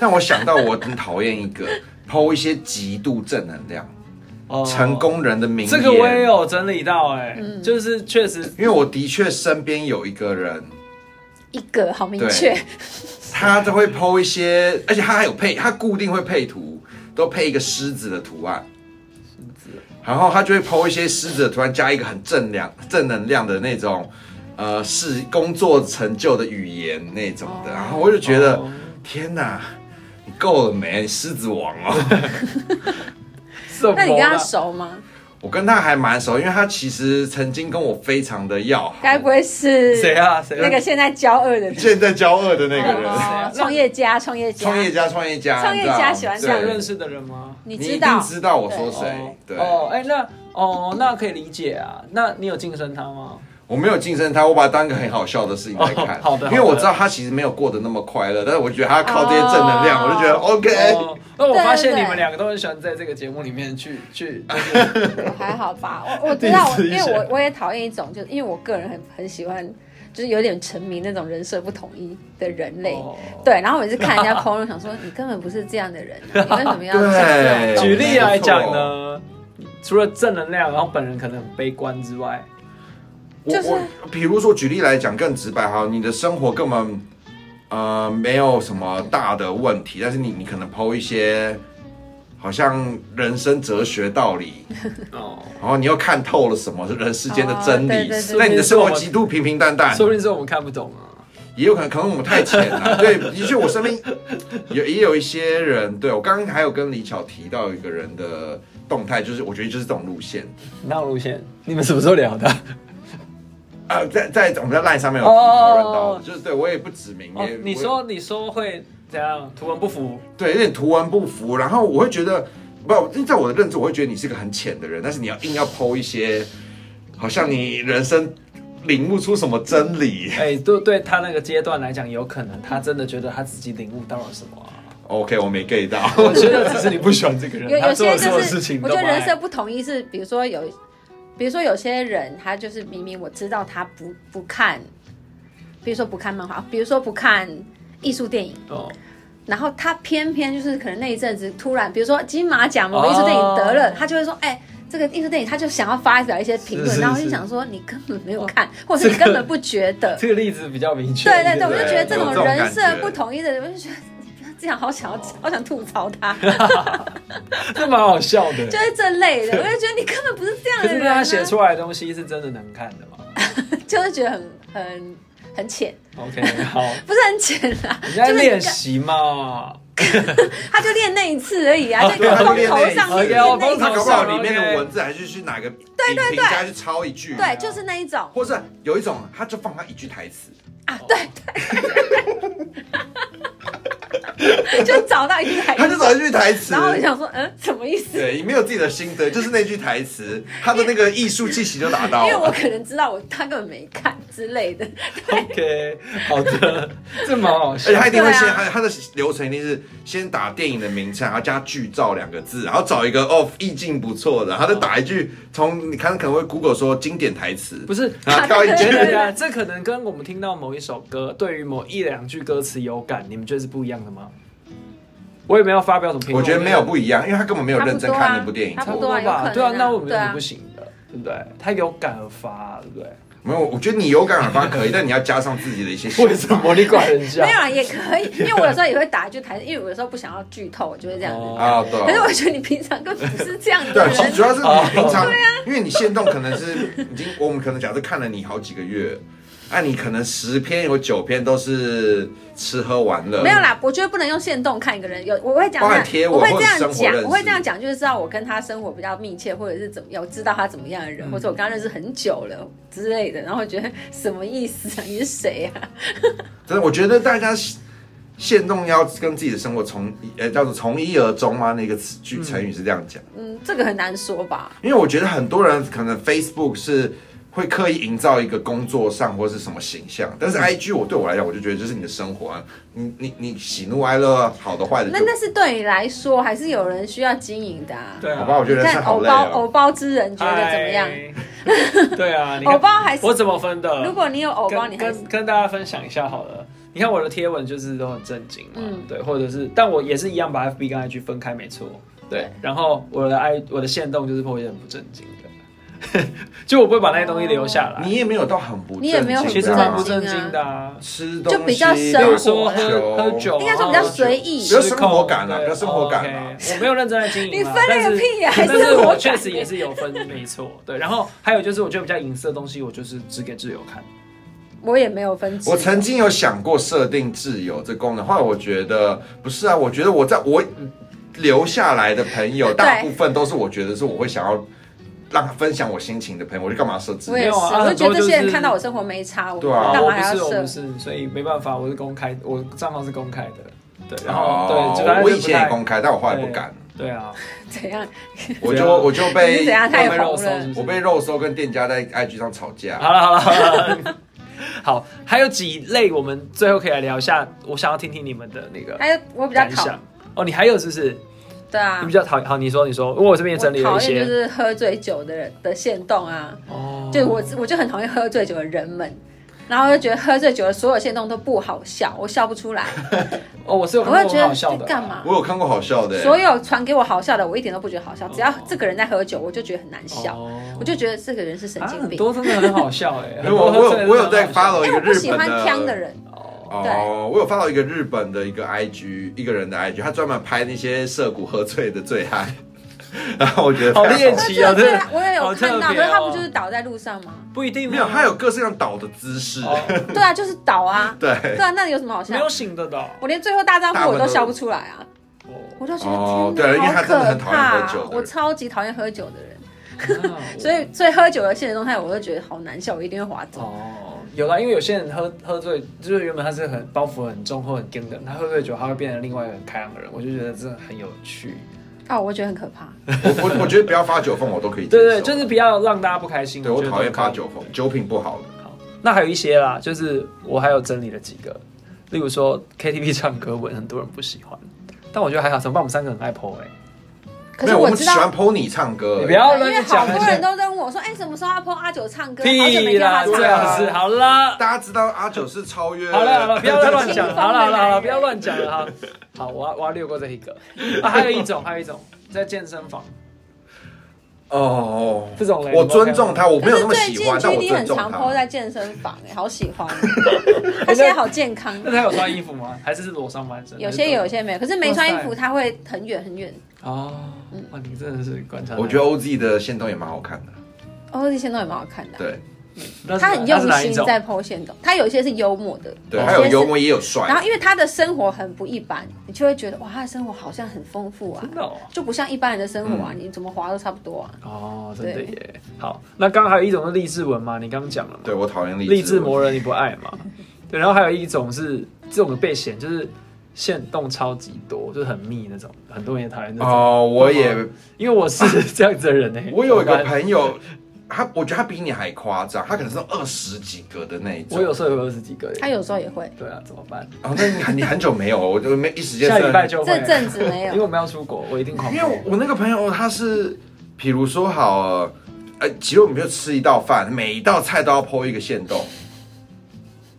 C: 让我想到我很讨厌一个抛一些极度正能量、
A: 哦
C: 成。功人的名言。
A: 这个我也有整理到哎、
B: 嗯
A: 就是确实
C: 因为我的确身边有一个人，
B: 一个好明确，
C: 他都会剖一些，而且他还有配，他固定会配图，都配一个狮子的图案。然后他就会剖一些狮子的图案，加一个很正量、正能量的那种，呃是工作成就的语言那种的，然后我就觉得、
A: 哦
C: 天哪，你够了没？你狮子王哦！
A: 什么啦？
B: 那你跟他熟吗？
C: (laughs) 我跟他还蛮熟，因为他其实曾经跟我非常的要好，
B: 该不会是
A: 谁啊？谁啊
B: 那个现在骄傲的人
C: 现在交恶的那个人，
B: 哦创业家，创业家，
C: 啊创业家，创业家，
B: 创业家
C: 你知道
B: 喜欢
A: 是
B: 这
C: 对
B: 样
A: 有认识的人吗？
B: 你
C: 你
B: 知
C: 一
B: 道
C: 定知道我说
B: 对
C: 谁？对，
A: 哦，哎、那哦，那可以理解啊。那你有晋升他吗？
C: (laughs) 我没有晋升他，我把他当一个很好笑的事情来看。
A: 哦好的
C: 因为
A: 好的
C: 我知道他其实没有过得那么快乐，但是我觉得他靠这些正能量，
B: 哦
C: 我就觉得 OK。
A: 哦，那我发现
B: 对对对
A: 你们两个都很喜欢在这个节目里面去
C: (laughs)
A: 去，
B: 我还好吧，我我知道，我
A: 第一次
B: 因为
A: 遇见
B: 我我也讨厌一种，就是因为我个人很很喜欢，就是有点沉迷那种人设不统一的人类。
A: 哦
B: 对，然后我每次看人家朋友，想说你根本不是这样的人、啊，你为什么要
C: (laughs) 对
B: 讲这样的啊东西
A: 举例来讲呢，除了正能量，然后本人可能很悲观之外，
C: 我
B: 就是
C: 我，比如说举例来讲更直白哈，你的生活根本呃没有什么大的问题，但是你你可能抛一些好像人生哲学道理，
A: 哦，
C: 然后你又看透了什么是人世间的真
B: 哦对
C: 理
B: 对对，
C: 那你的生
A: 说
C: 活
A: 不定是我们
C: 极度平平淡淡，
A: 说不定是我们看不懂啊。
C: 也有可能可能我们太
A: (laughs)
C: 浅了。对，的确我身边有也有一些人，对我刚刚还有跟李巧提到一个人的动态，就是我觉得就是这种路线。
A: 哪有路线？你们什么时候聊的？
C: 啊，在在我们在 LINE 上面有讨论到的，就是对我也不指名，
A: 哦
C: 也，
A: 你
C: 我
A: 说你说会怎样？图文不符，
C: 对，有点图文不符，然后我会觉得，不，因为在我的认知，我会觉得你是个很浅的人，但是你要硬要剖一些，好像你人生领悟出什么真理。
A: 哎、对对他那个阶段来讲，有可能他真的觉得他自己领悟到了什么啊、
C: OK，我没 get 到，
A: (laughs) 我觉得只是你不喜欢这个
B: (laughs) 有
A: 人，他
B: 有
A: 做
B: 些
A: 了所
B: 就
A: 有事
B: 是
A: 情，
B: 我觉得人设不统一是，比如说有，比如说有些人他就是明明我知道他不不看，比如说不看漫画，比如说不看艺术电影，
A: 哦，
B: 然后他偏偏就是可能那一阵子突然，比如说金马奖某个艺术电影得了，
A: 哦
B: 他就会说，哎、这个艺术电影，他就想要发表一些评
A: 是
B: 论，
A: 是
B: 然后我就是想说，你根本没有看，或者是你根本不觉得，
A: 这个例子比较明确一
B: 对
A: 点。
B: 对对，我就觉得这
C: 有这
B: 种
C: 种
B: 人
C: 感
B: 设
C: 觉
B: 不统一的人，我就觉得你不要这样，好想要，好想吐槽他，
A: 这蛮好笑的。
B: 就是这类的，我就觉得你根本不是这样
A: 可
B: 的
A: 是
B: 人、
A: 那
B: 啊，
A: 他写出来的东西是真的能看的吗
B: 就是觉得很很很浅， (laughs)
A: ？OK，好，
B: 不是很浅啦，
A: 你
B: 就
A: 在
B: 是
A: 练习嘛。
B: 他就练那一次而已啊，
A: 哦
B: 就
A: 对
B: 风
C: 他练
B: 头
C: 那一
B: 上
C: 次
B: 面
A: 哎呦
B: 练那一
A: 风
C: 他
A: 头
C: 搞
B: 种
C: 不
A: 上
C: 好里面的文字还是去哪个对
B: 对对
C: 评价去抄一句，
B: 对，就是那一种。
A: (laughs)
C: 或是有一种他就放他一句台词，
B: 就找到一句台词，
C: 他就找一句台词
B: 然，后我就想说，嗯，什么意
A: (laughs)
B: 思？
C: 对，没有自己的心得，就是那句台词，他的那个艺术气息就达到
B: 因为我
C: 了。
B: 可能知道我他根本没看之类的，
A: OK，好的，
B: (laughs)
A: 这蛮好笑
C: 而且。他一定会先，
B: 对啊
C: 他他的流程一定是先打电影的名称，然后加剧照两个字，然后找一个哦意境不错的，然后再打一句从你看可能会 Google 说经典台词，
A: 不是，
C: 然后挑一
A: (laughs) 觉
C: 句
A: 得呀，这可能跟我们听到某一首歌，对于某一两句歌词有感，你们觉得是不一样的吗？我也没有发表什么评
C: 我
A: 论，
C: 觉得没有
A: 不
C: 不一样，因为他根本没有认真看那部电影
B: 差
A: 差
B: 不
A: 不
B: 多
A: 多吧？
B: 啊有可能啊
A: 对啊，那我们有
B: 对啊
A: 什么不行的，对不对？他有感而发，对不对？
C: 没有，我觉得你有感而发可以，但你要加上自己的一些想法
A: 为什么你管人
B: 没有
A: 家？
B: 啊，也可以，因为我有时候也会打一句台词，因为我有时候不想要剧透，我就会这样子。
A: 哦
C: 啊？对
B: 可是
C: 啊。
B: 我觉得你平常根本不是这样的
C: 对，其
B: 人
C: 实主，要是
A: 哦
C: 你平常，因为你限动可能是已经，我们可能假设看了你好几个月，啊，你可能十篇有九篇都是吃喝玩乐，
B: 没有啦，我觉得不能用线动看一个人，有我会讲
C: 包
B: 这
C: 含
B: 样
C: 贴，文
B: 我会
C: 或
B: 这
C: 者
B: 样
C: 生活
B: 讲
C: 认，识
B: 我会这样讲，就是知道我跟他生活比较密切，或者是怎么样，我知道他怎么样的人，或者我跟他认识很久了之类的，然后我觉得什么意思啊？你是谁啊？
C: 真的，我觉得大家限动要跟自己的生活从呃叫做从一而终吗？那个词句成语是这样讲，
B: 嗯，这个很难说吧？
C: 因为我觉得很多人可能 Facebook 是会刻意营造一个工作上或是什么形象，但是
B: 嗯
C: IG 我对我来讲，我就觉得就是你的生活、啊，你你你喜怒哀乐，好的坏的
B: 那
C: 就
B: 那是对你来说，还是有人需要经营的啊。
A: 对啊，
C: 好吧，我觉得人
B: 但
C: 生好
B: 偶
C: 累
B: 包
C: 哦。
B: 偶包之人觉得怎么样？
A: 嗨？对啊，哎你看
B: 偶包还是
A: 我怎么分的？
B: 如果你有偶包，
A: 跟
B: 你还是
A: 跟跟大家分享一下好了。你看我的贴文就是都很震惊嘛，
B: 嗯
A: 对，或者是，但我也是一样把 FB 跟 IG 分开，没错，对
B: 对。
A: 然后我的 I 我的线动就是破一些很不正经的， (laughs) 就我不会把那些东西留下来。
C: 你也没有到很不正
B: 你
C: 经，啊
B: 也没有很
A: 其实
B: 不
A: 蛮
B: 正
A: 不
B: 经
A: 正经的啊，
C: 吃东西
B: 就比较
A: 比
B: 生
A: 如
B: 活
A: 说
B: 啦
A: 喝喝酒啊，
B: 应该说比较随意
C: 不要生活感啊
A: 对
C: 不要生活感啊
A: 哦，OK，我没有认真在经营啊，
B: (laughs) 你分了个屁呀
A: 但是
B: 还
A: 但
B: 生
A: 是
B: 活
A: 我
B: 感
A: 确实也是有分，没错，对。然后还有就是，我觉得比较隐私的东西，我就是只给挚友看。
B: 我也没有分自由
C: 我曾经有想过设定自由这功能，后来我觉得不是啊，我觉得我在我留下来的朋友，
B: 对
C: 大部分都是我觉得是我会想要让分享我心情的朋友，我就干嘛设置
B: 我？也是，
A: 没有啊
B: 我就觉得
A: 很
B: 这些
A: 多就
B: 人
A: 是
B: 看到我生活没差，我
C: 对啊
B: 干
A: 哦我
B: 嘛
A: 不
B: 还
A: 是，
B: 要
A: 我不
B: 设？
A: 是，所以没办法，我是公开，我账号是公开的，对，然后、
C: 哦
A: 对，就反正
C: 我
A: 就
C: 以
A: 不
C: 前也
A: 太
C: 公开，但我后来不敢，
A: 对啊，
B: 怎样？
C: 我
A: 怎
C: 就
A: 样
C: 我就
B: 你
C: 被
B: 是怎样太
A: 我被
B: 红
A: 肉搜
B: 了
A: 是不啊是
C: 我被肉搜跟店家在 IG 上吵架。
A: 好了好了好了， (laughs) 好，还有几类我们最后可以来聊一下，我想要听听你们的那个
B: (laughs) 还有我比较
A: 感
B: 讨
A: 想。哦，你还有是不是？
B: 对啊
A: 你比，较讨好，你说你说，因为我这边也整理
B: 我
A: 了一
B: 讨厌
A: 些。
B: 就是喝醉酒的人的限动啊，
A: 哦，
B: 就我我就很讨厌喝醉酒的人们。然后就觉得喝醉酒的所有限动都不好笑，我笑不
A: (laughs)
B: 出来，
A: 哦，我是有
B: 我
A: 看过
B: 会觉
A: 很
B: 得
A: 好笑
B: 在
A: 的，
B: 干？嘛？
C: 我有看过好笑的、欸
B: 所有传给我好笑的，我一点都不觉得好笑，只要
A: 哦
B: 这个人在喝酒，我就觉得很难笑，
A: 哦
B: 我就觉得这个人是神
A: 啊，
B: 经
A: 很
B: 病。
A: 多真的很好笑哎、
C: 因
A: 很
C: 为
A: 多
C: (laughs) 我
A: 喝醉
C: 我有
A: 的
C: 我有在
A: 真的很好笑
C: follow 一
B: 因
C: 个
B: 为我不
C: 日
B: 喜
C: 本
B: 欢
C: 的
B: 呛的人，
A: 哦，
C: 哦，我有发到一个日本的一个 IG，一个人的 IG，他专门拍那些涉谷喝醉的醉汉， (laughs) 然后我觉得
A: 好
C: 非常
A: 猎
B: 那
A: 奇
B: 这
A: 啊，
B: 个
A: 真
B: 对
A: 的
B: 啊，我也有
A: 好特
B: 看到，可
A: 别
B: 是他
A: 哦
B: 不就是倒在路上吗？
A: 不一定啊
C: 没有，他有各式各样倒的姿势，
A: 哦
B: 对啊， (laughs) 就是倒啊。对
C: 对。
B: 啊，那有什么好笑
A: 没？有醒得到。
B: 我连最后大丈
C: 大
B: 夫
C: 部
B: 我
C: 分
B: 都
C: 都
B: 笑不出来啊！
A: 哦
B: 我都觉
C: 哦
B: 得
C: 对
B: 天
C: 因
B: 哪，
C: 为他
B: 好
C: 真的
B: 可
C: 很讨厌喝
B: 怕
C: 酒！的
B: 我
C: 人
B: 超级讨厌喝酒的人，
A: 啊我
B: (laughs) 所以所以喝酒的现实动态，我都觉得好难笑，我一定会滑走。
A: 哦，有啦，因为有些人喝喝醉，就是原本他是很包袱很重或很硬的人，他喝醉酒他会变成另外一个很开朗的人，我就觉得真的很有趣。
B: 啊，我觉得很可怕。
C: 我我我觉得不要发酒疯，我都可以接
A: 对
C: 受。
A: 对，就是不要让大家不开心。
C: 对我
A: 觉得
C: 讨厌
A: 都可以
C: 发酒疯，酒品不好的。
A: 好，那还有一些啦，就是我还有整理了几个，例如说 KTV 唱歌文，很多人不喜欢，但我觉得还好，怎么办？我们三个很爱 PO 哎、
B: 可是
C: 没有，我们
B: 知
C: 只喜欢
B: 道，
C: PO 你唱歌而已。
A: 你不要
B: 因为
A: 乱讲
B: 好
A: 那些
B: 多人都跟我说，哎，什么时候要 p 阿九唱歌？好久没
A: 屁
B: 听到
A: 啦，
B: 他唱
A: 最
C: 对啊
A: 好
B: 歌
A: 是好啦，
C: 大家知道阿九是超
A: (laughs)
C: 越。
A: 好了好了，不要再乱讲了，好了好了好了，
B: 清风的男人
A: 不要乱讲了哈。好，我要我要略过这一个 (laughs) 啊，还有一种还有一种在健身房
C: 哦，
A: 这种人，
C: 我尊重他，我没
B: 可
C: 有
B: 是
C: 那么
B: 最
C: 喜
B: 近
C: 欢，但我
B: GD
C: 尊
B: 很
C: 重
B: 常 PO
C: 他。
B: 在健身房，哎，好喜
A: (laughs)
B: 欢。他现在好健康，
A: 那他有穿衣服吗？还是是裸上半身？
B: 有些有，有些没有。可是没穿衣
A: 哇
B: 服，
A: 塞
B: 他会很远很远。
A: 哦，哇，你真的是观察力，
C: 我觉得 OZ 的线动也蛮好看的，
B: 哦，这些都也蛮好看的啊。
C: 对
A: 那是
B: 他很
A: 哪那是
B: 用
A: 哪一
B: 心
A: 种
B: 在剖线的，他有一些是幽默的，
C: 对，
A: 哦
C: 还有幽默也有帅
B: 然。后因为他的生活很不一般，你就会觉得哇，他的生活好像很丰富啊
A: 真，的哦。
B: 就不像一般人的生活啊，
C: 嗯
B: 你怎么滑都差不多啊。
A: 哦，真的耶。好，那刚刚还有一种是励志文嘛，你刚刚讲了嘛，
C: 对我讨厌
A: 励
C: 励
A: 志
C: 志
A: 魔人你不爱嘛？对，然后还有一种是这种被嫌就是线动超级多，就是很密那种，很多人也讨厌这种。
C: 哦，我也
A: 因为我是这样子的人呢、
C: 我有一个
A: 怎么办
C: 朋友，他我觉得他比你还夸张，他可能是二十几个的那一种。
A: 我有时候有二十几个耶。
B: 他有时候也会，
A: 对啊，怎么办？
C: 哦，那你很你很久没有，我就没一时间。
A: 下礼拜就会。
B: 这阵子没
A: 因为
C: (laughs)
B: 有。
A: 我们要出国，我一定狂
C: 因
A: 拍。
C: 为我我那个朋友他是，比如说好了，呃，其实我们就吃一道饭，每一道菜都要剖一个馅豆，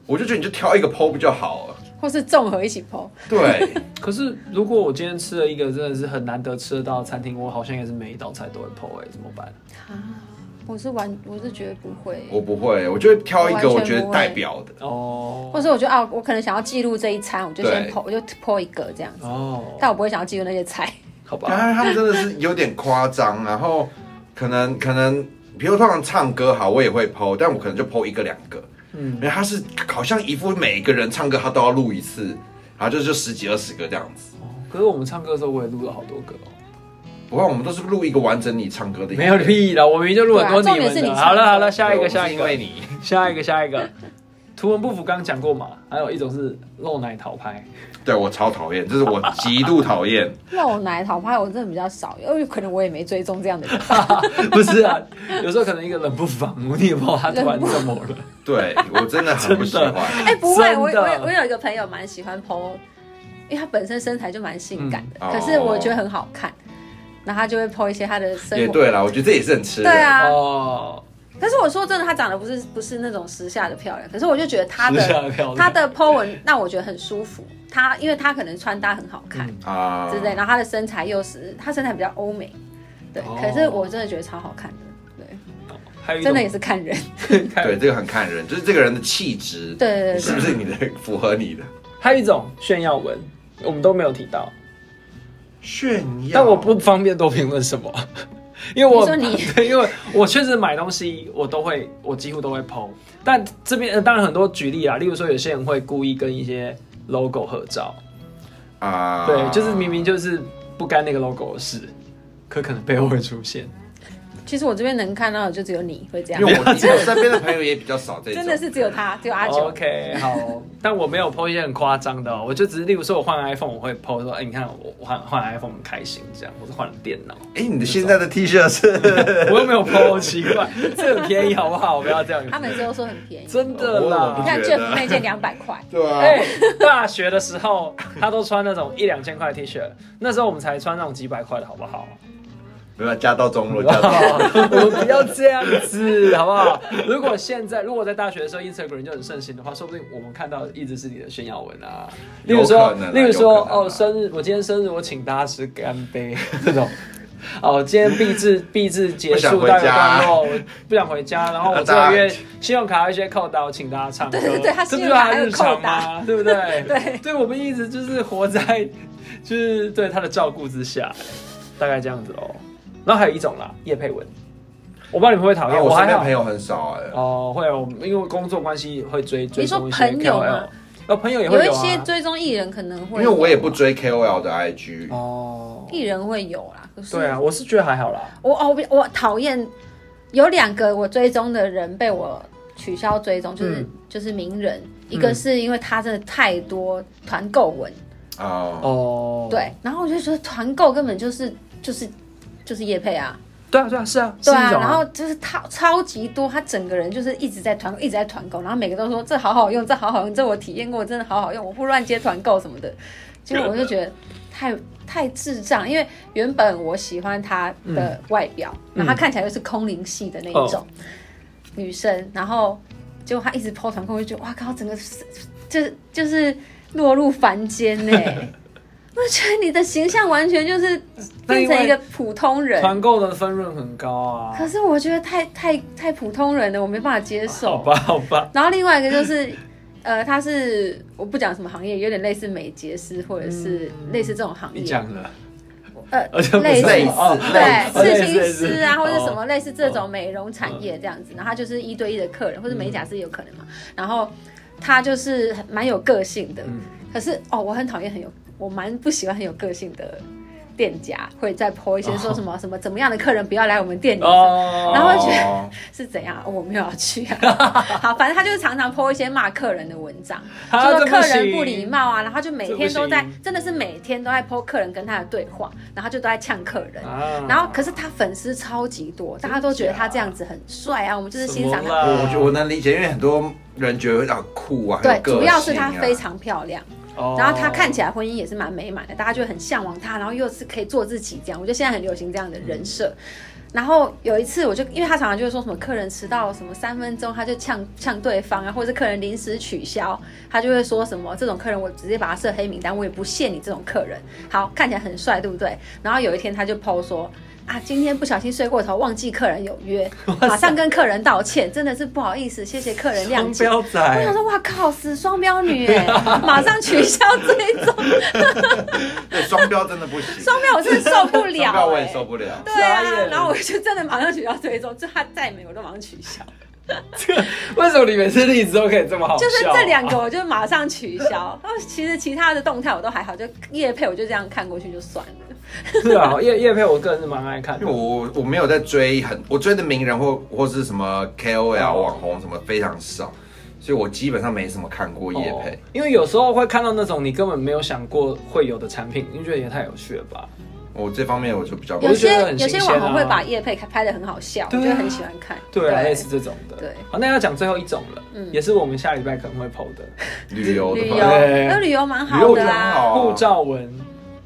C: 我就觉得你就挑一个剖不就好
A: (laughs)
C: 了？
B: 或是综合一起剖，
C: 对，
A: 可是如果我今天吃了一个真的是很难得吃得到的餐厅，我好像也是每一道菜都会剖哎、怎么办？
B: 啊，我是完，我是绝对不会。
C: 我不会，我就会挑一个
B: 我
C: 我
B: 完全
C: 觉
B: 不
C: 得
B: 会
C: 代表的。
A: 哦
B: 或是我觉得啊，我可能想要记录这一餐，我就先
C: 对
B: 剖，我就剖一个这样子，
A: 哦，
B: 但我不会想要记录那些菜。 (laughs)
A: 好
C: 然
A: 吧，
C: 后他们真的是有点夸张，然后可能可能，比如通常唱歌好，我也会剖，但我可能就剖一个两个。
A: 嗯
C: 因为他是好像一副每个人唱歌他都要录一次，然后就就十几二十个这样子。
A: 可是我们唱歌的时候，我也录了好多个哦。
C: 不过我们都是录一个完整你唱歌的，
A: 没有屁啦，我明明就录很多
B: 对啊
A: 你
B: 重点
A: 们
B: 是你
A: 的。
B: 唱的
A: 好了好了，下一
C: 对
A: 个
C: 我们
A: 下
C: 是
A: 一
C: 因为
A: 个
C: 你
A: 下一个下一个， (laughs) 图文不符刚刚讲过嘛，还有一种是露奶讨拍，
C: 对我超讨厌，这是我极度
B: (laughs)
C: 讨厌。
B: 露奶讨拍我真的比较少，因为可能我也没追踪这样的人。
A: 不是啊， (laughs) 有时候可能一个冷不防，你也不知道他突然怎么了。
C: 对我真的很不喜欢
A: 真。
B: 哎、不会，我
A: 真的
B: 我我有一个朋友蛮喜欢 PO，因为他本身身材就蛮性感的，
C: 嗯哦
B: 可是我觉得很好看，然后他就会 PO 一些他的生
C: 也
B: 活。
C: 对啦，我觉得这也是很吃
B: 对
C: 人。
B: 啊，
A: 哦，
B: 可是我说真的，她长得不是不是那种时下的漂亮，可是我就觉得她
A: 私下
B: 的
A: 漂亮
B: 她的 PO 文让我觉得很舒服。她因为她可能穿搭很好看、
C: 啊，
B: 之类，然后她的身材又是她身材比较欧美，对、
A: 哦
B: 可是我真的觉得超好看的，对，
A: 还有一
B: 真
A: 种
B: 的也是看人。
C: 对，这个很看人，就是这个人的气质，
B: 对对对
C: 是不是你的符合你的
A: 还有一种炫耀文，我们都没有提到，
C: 炫耀？
A: 啊但我不方便多评论什么。 (laughs) 因为我
B: 你说你
A: (laughs) 对，因为我确实买东西我都会，我几乎都会剖。但这边、呃当然很多举例啦，例如说有些人会故意跟一些 logo 合照，
C: 啊，
A: 对，就是明明就是不干那个 logo 的事，可可能背后会出现。
B: 其实我这边能看到的就只有你会这样
C: 因，为我我身边的朋友也比较少这种，
B: 真的是只有他，只有阿九。
A: OK，好， (laughs) 但我没有 PO 一些很夸张的、哦，我就只是例如说我换 iPhone，我会 PO 说，哎、你看我我换换 iPhone 很开心这样，或是换了电脑，
C: 哎，你的现在的 T 恤是
A: (laughs) 我又没有 PO，奇怪，
B: (laughs)
A: 这很便宜好不好？不要这样子，
B: 他们都说很便宜，
A: 真的啦，
B: 你看
C: 觉
B: Jeff
C: 得，
B: 那件两百块
C: (laughs) 对啊
A: 哎、大学的时候，他都穿那种一两千块的 T 恤，那时候我们才穿那种几百块的，好不好？
C: 没有家道中落，家
A: (laughs)
C: 道
A: 哦
C: 中落 (laughs)
A: 我们不要这样子，好不好？如果现在，如果在大学的时候 Instagram 就很盛行的话，说不定我们看到的一直是你的炫耀文
C: (laughs)
A: 啊。例如
C: 有
A: 说
C: 可能啊，
A: 例如说
C: 有，可能啊
A: 哦，生日，我今天生日，我请大家吃干杯这种。 (laughs) 哦，今天毕制毕制结束
C: 不想回
A: 到一个
C: 家
A: 段落，我不想回家，然后我这
C: (laughs) 大
A: 个
C: 家
A: 月信用卡有一些扣打，我请大家唱歌，
B: 对对对他
A: 这
B: 信
A: 不
B: 用
A: 是
B: 卡
A: 他日常
B: 还
A: 吗？对不对？
B: (laughs) 对
A: 对，我们一直就是活在就是对他的照顾之下，大概这样子哦。然后还有一种啦，叶佩文，我不知道你们会不会讨
C: 啊
A: 厌，
C: 我
A: 还
C: 身边
A: 好
C: 朋。友很少哎，
A: 哦，会，我们因为工作关系会追追踪一些
B: 你说朋友吗
A: KOL，哦，朋友也
B: 有
A: 会
B: 一
A: 啊
B: 些追踪艺人可能
C: 因
B: 会有，
C: 为我也不追 KOL 的 IG，
A: 哦，
B: 艺人会有啦，可是
A: 对啊，我是觉得还好啦。
B: 我哦我我讨厌有两个我追踪的人被我取消追踪，就是、
A: 嗯
B: 就是名人，一个是因为他真的太多团购文，
C: 哦，
A: 哦，
B: 对，然后我就觉得团购根本就是就是就是叶配啊，
A: 对啊，对啊，是啊，
B: 对
A: 是一
B: 啊，
A: 种
B: 然后就是超超级多，他整个人就是一直在团一直在团购，然后每个都说这好好用，这好好用，这我体验过，真的好好用，我不乱接团购什么的。结果我就觉得太太智障，因为原本我喜欢她的外表，然后她看起来又是空灵系的那一种、女生，然后结果她一直抛团购，我就觉得哇靠，整个是就是就是落入凡间 (laughs) 呢、我觉得你的形象完全就是
A: 那因为
B: 变成一个普通人，
A: 团购的分润很高啊。
B: 可是我觉得太太太普通人了，我没办法接
A: 好
B: 受。
A: 吧，好吧，
B: 然后另外一个就是， (coughs) 呃，他是我不讲什么行业，有点类似美睫师或者是类似这种行
A: 嗯你
B: 业，
A: 讲了，
B: 呃
A: 而且，不是
B: 类似
C: 类似
A: 哦哦
B: 对
A: 类
B: 刺
A: 似
B: 青
A: 类似
B: 师啊，或者
A: 哦嗯
B: 什么类似这种美容产业这样子，然后他就是一对一的客人，或者美甲师也有可能嘛。然后他就是很蛮有个性的，
A: 嗯
B: 可是哦，我很讨厌很有，我蛮不喜欢很有个性的店家，会再泼一些说什么什么怎么样的客人不要来我们店里什么
A: 哦，
B: 然后觉得
C: 哦
B: 是怎样？我没有要去
A: (laughs)
B: 啊。好，反正他就是常常 po 一些骂客人的文章，就
A: 啊
B: 说
A: 这不
B: 客人
A: 行
B: 不礼貌啊，然后他就每天都在
A: 这不，行
B: 真的是每天都在 po 客人跟他的对话，然后就都在呛客人。
A: 啊
B: 然后，可是他粉丝超级多，大家都觉得他这样子很帅啊，我们就是欣赏
A: 什
B: 他
A: 么。啦
C: 我觉得我能理解，因为很多人觉得啊酷啊，很
B: 对
C: 有，个
B: 主要是
C: 性
B: 她
C: 啊
B: 非常漂亮，
A: 哦
B: 然后她看起来婚姻也是蛮美满的，大家就很向往她，然后又是可以做自己这样。我觉得现在很流行这样的人设。
A: 嗯
B: 然后有一次，我就因为她常常就会说什么客人迟到什么三分钟，她就呛呛对方啊，或者是客人临时取消，她就会说什么这种客人我直接把他设黑名单，我也不屑你这种客人。好，看起来很帅，对不对？然后有一天她就 PO 说。啊，今天不小心睡过头，忘记客人有约，
A: (laughs)
B: 马上跟客人道歉，真的是不好意思，谢谢客人谅
A: 双
B: 解。
A: 标仔，
B: 我想说，哇靠，死双标女哎，马上取消追踪，
C: 对双标真的不
B: (laughs)
C: 行，
B: 双标我真的受不
C: 双标
B: 了
C: 我
B: 哎、
C: 也受不了。
B: 对
A: 傻
B: 啊，
A: 眼
B: 然后我就真的马上取消追踪，就他再没有我都马上取消，
A: (laughs) 为什么你每次例子都可以这么好笑啊？
B: 就是这两
A: (laughs)
B: 个我就马上取消。然后其实其他的动态我都还好，就叶配我就这样看过去就算了。
A: 是啊，叶叶佩我个人是蛮爱看
C: 因
A: 的
C: 为。我我没有在追很，我追的名人或或是什么 KOL
B: 哦
C: 网红什么非常少，所以我基本上没什么看过叶
A: 哦
C: 配。
A: 因为有时候会看到那种你根本没有想过会有的产品，你觉得也太有趣了吧？
C: 我这方面我就比较不
B: 哦有
A: 我就觉
B: 些
A: 得很新
B: 有些
A: 鲜啊
B: 网红会把叶配拍的很好笑，我
A: 对啊
B: 就很喜欢看。
A: 对啊，类似这种的。
B: 对
A: 好，那要讲最后一种了，也是我们下礼拜可能会剖的哎
C: 旅游的
B: 旅游，
C: 话，
A: 对
B: 那旅游蛮
C: 旅
B: 好
C: 游
B: 的
C: 真
B: 啦，
C: 好
A: 护照文，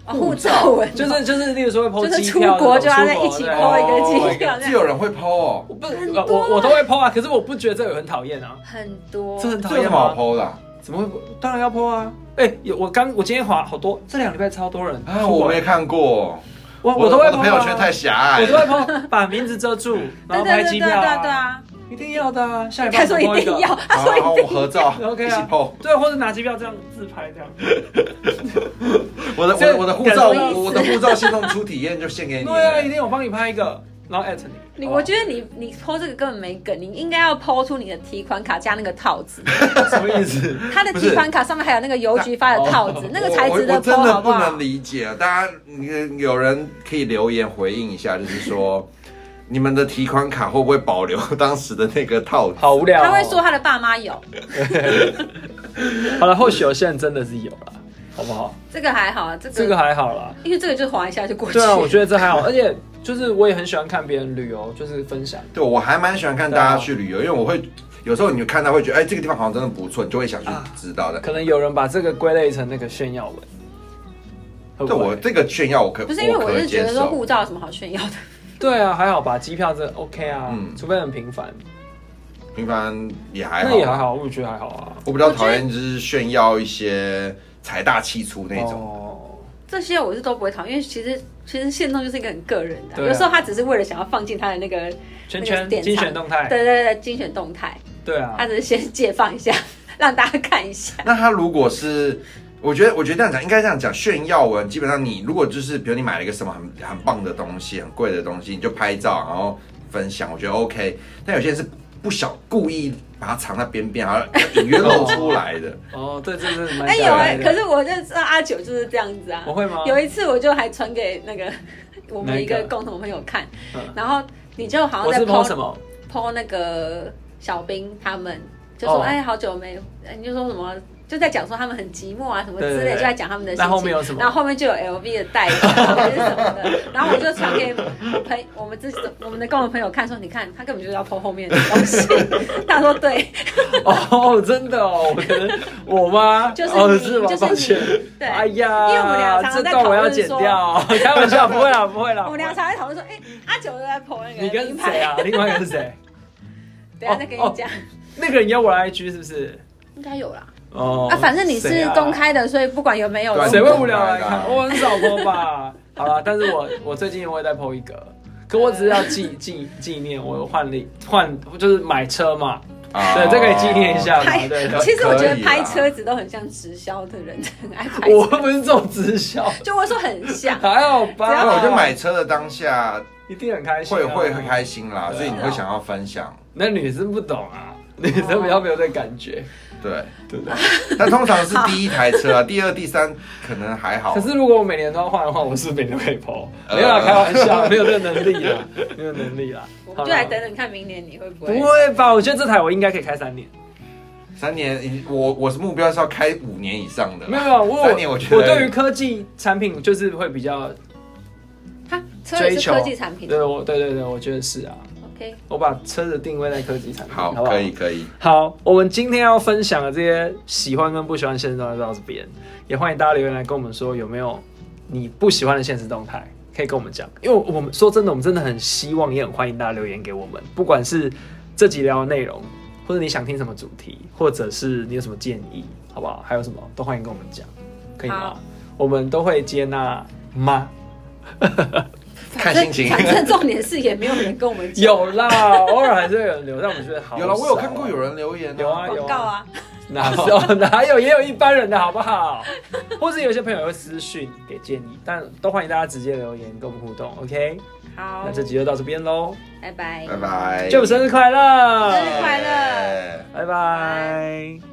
B: 哦护照文
A: 就是就是，例如说会
B: 就
A: 剖
B: 是
A: 机
B: 出
A: 票
B: 国
A: 这种
B: 就要在
A: 出国
B: 一起
A: 对
B: po 一
C: 哦
B: 个机票，这样
C: 是有人会 PO 哦，
A: 不
B: 很
A: 是
B: 多
A: 呃
B: 啊
A: 我我都会剖啊，可是我不觉得这个很讨厌啊，
B: 很多
A: 这很讨
C: 这有
A: 厌
C: 什么好
A: 吗？
C: PO 的啊？
A: 怎么会不？当然要剖啊！哎、有我刚我今天划好多，这两个礼拜超多人
C: 啊，我没看过，
A: 我
C: 我
A: 我都会
C: 的
A: 剖、啊，
C: 朋友圈太狭隘
A: 我
C: 了
A: 都。会抛，把名字遮住，然
B: 对
A: 后
B: 对
A: 拍
B: 对对
A: 机
B: 对
A: 票、
B: 对对，啊！
A: 一定要的啊！下一
B: 他
A: 班
B: 说一定要，他
C: 好
A: 啊
B: 说一
C: 好，我合
B: (laughs)
C: 照
A: OK
C: 一起
A: 啊
C: PO。
A: 对，或者拿机票这样自拍这样。
C: 我的我
A: 这
C: 的我的护照，
A: 感觉
C: 我我的护照信用出体验就献给你
A: 对啊，一定
C: 了。
A: 有帮你拍一个。然后艾特你。
B: 你
A: 好不好
B: 我觉得你你剖这个根本没梗，你应该要剖出你的提款卡加那个套子，
A: 哦什么意
B: (laughs)
A: 思？
B: 他的提款卡上面还有那个邮局发的套子，那个才
C: 我
B: 值
C: 我
B: 得
C: 我真
B: 剖，
C: 的
B: 好
C: 不
B: 好
C: 能？理解，大家嗯有人可以留言回应一下，就是说你们的提款卡会不会保留当时的那个套子？
A: 好无聊、哦。
B: 他会说他的爸妈有，
A: 好了，或许有些人真的是有了，好不好？
B: 这个还好，这个
A: 这个还好啦。
B: 因为这个就划一下就过去。
A: 对啊，我觉得这还好，而且就是我也很喜欢看别人旅游，就是分享。
C: 对，我还蛮喜欢看大家去旅游，因为我会有时候你就看到会觉得，哎、这个地方好像真的不错，你就会想去知道
B: 啊
C: 的。
A: 可能有人把这个归类成那个炫耀文，会
C: 对
A: 不会
C: 我这个炫耀我可
B: (laughs) 不是因为
C: 我
B: 我
C: 可
B: 是觉
C: 接
B: 得说
C: 受，
B: 护照有什么好炫耀的， (laughs)
A: 对啊，还好吧，机票这 OK 啊，
C: 嗯
A: 除非很频繁，
C: 平凡也还
A: 那也还
C: 好。
A: 好，我觉得还好啊。
C: 我比较讨厌就是炫耀一些财大气粗那种。
A: 哦，
B: 这些我是都不会讨厌，因为其实其实现动就是一个很个人的啊、
A: 对啊
B: 有时候他只是为了想要放进他的那个
A: 圈
B: 那
A: 圈
B: 个典藏
A: 精选动态，
B: 对对对精选动态，
A: 对啊
B: 他，只是先解放一下， (laughs) 让大家看一下。
C: (laughs) 那他如果是，我觉得，我觉得这样讲，应该这样讲，炫耀文，基本上你如果就是，比如你买了一个什么很很棒的东西，很贵的东西，你就拍照然后分享，我觉得 OK。但有些人是不小故意把它藏在边边，然后隐约露出来的。
A: 哦，对，这这蛮
B: 哎、有
A: 吓
B: 哎、
A: 人的
B: 可是我就知道阿九就是这样子啊
A: 我。会吗？
B: 有一次我就还传给那个 (laughs) 我们
A: 哪一
B: 一个
A: 个
B: 共同朋友看，
A: 嗯
B: 然后你就好像
A: 我
B: 在
A: 是
B: po
A: 抛什么？
B: po 那个小兵他们，就说
A: 哦
B: 哎、好久没，哎你就说什么。就在讲说他们很寂寞啊，什么之
A: 对
B: 类，
A: 对对
B: 就在讲他们的心
A: 那
B: 情。
A: 后面有什么
B: 然后后面就有 LV 的代言啊还是什么的，然后我就传给朋我们自己我们的共同朋友看，说你看他根本就是要 po 后面的东
A: (laughs)
B: 西。他说对，
A: 哦，真的哦，我可能我吗？
B: 就是你
A: 哦，是吗？
B: 就是你
A: 抱歉，
B: 对
A: 哎呀，
B: 因为我们俩常常
A: 这
B: 在
A: 段我
B: 讨
A: 要
B: 论
A: 剪
B: 说 (laughs)
A: 掉，开玩笑，不会啦，不会啦。
B: 我们俩
A: 不会
B: 常在讨论说，哎、阿九都在 po 那个
A: 你跟
B: 名
A: 谁
B: 牌，
A: 啊？另外一个是谁？
B: (laughs) 等一下再跟
A: 哦
B: 你讲，
A: 那个人要我的 IG 是不是？
B: 应该有啦。
A: 哦
B: 啊，反正你
A: 谁
B: 是
A: 啊
B: 公开的，所以不管有没有
C: 对啊，
A: 谁
C: 你
A: 会
C: 公
A: 无聊
C: 开
A: 来
C: 的
A: 看
C: 啊？
A: 我很少播吧。 (laughs) 好了，但是我我最近也会再 PO 一个，可我只是要纪纪纪念我换了一换就是买车嘛，(laughs)
C: 啊
A: 对，这可以纪念一。下嘛，
B: 拍
A: 对啊对。啊
B: 其实我觉
C: 可
B: 得
C: 以啦
B: 拍车子都很像直销的人，很爱拍
A: (laughs) 我
B: 车，
A: 不是这种直销，
B: 就我说很像。
A: 还 (laughs) 好
B: 只
A: 吧？
C: 那我觉得买车的当下
A: 一定很开心啊，
C: 会会会开心啦，
A: 对啊
C: 所以你会想要分享。
A: 那女生不懂啊，女生比较没有这感觉，
C: 对，
A: 对不对？
C: 但通常是第一台车啊，第二、第三可能还好。
A: (laughs) 可是如果我每年都要换的话，我是不是每年都可以抛？
C: 呃
A: 没有啦，开玩笑，没有这个能力
C: (laughs)
A: 啦，没有能力啦。
B: 我
A: 好
B: 们
A: 啦
B: 就来等等看明年你会
A: 不
B: 不会。
A: 会吧？我觉得这台我应该可以开三年。
C: 三年，我我是目标是要开五年以上的啦。
A: 没有没有，我
C: 呃三年我觉得
A: 对于科技产品就是会比较
B: 哈，车也
A: 追
B: 是
A: 求
B: 科技产品。
A: 对我对对对，我觉得是啊。
B: OK，
A: 我把车子定位在科技产品，
C: 好
A: 好，不好
C: 可以。可以，
A: 好，我们今天要分享的这些喜欢跟不喜欢现实动态就到这边，也欢迎大家留言来跟我们说有没有你不喜欢的现实动态，可以跟我们讲。因为我们说真的，我们真的很希望，也很欢迎大家留言给我们，不管是这集聊的内容，或者你想听什么主题，或者是你有什么建议，好不好？还有什么都欢迎跟我们讲，可以吗
B: 好？
A: 我们都会接纳
C: (laughs)
A: 吗？
C: 看心情。
B: 反正重点是也没有人跟我们讲
A: (laughs) 有啦，偶尔还是会有人留，但我们觉得好。
C: (laughs) 有了，我有看过有。人留言、
A: 有啊
B: 广告啊，
A: 哪有哦哪有也有一般人的好不好？或是有些朋友会私讯给建议，但都欢迎大家直接留言跟我们互动，OK？
B: 好
A: 那，这集就到这边喽，
B: 拜拜
C: 拜。拜，
A: 祝我们生日快乐，
B: 生日快乐
C: 耶
A: 拜拜。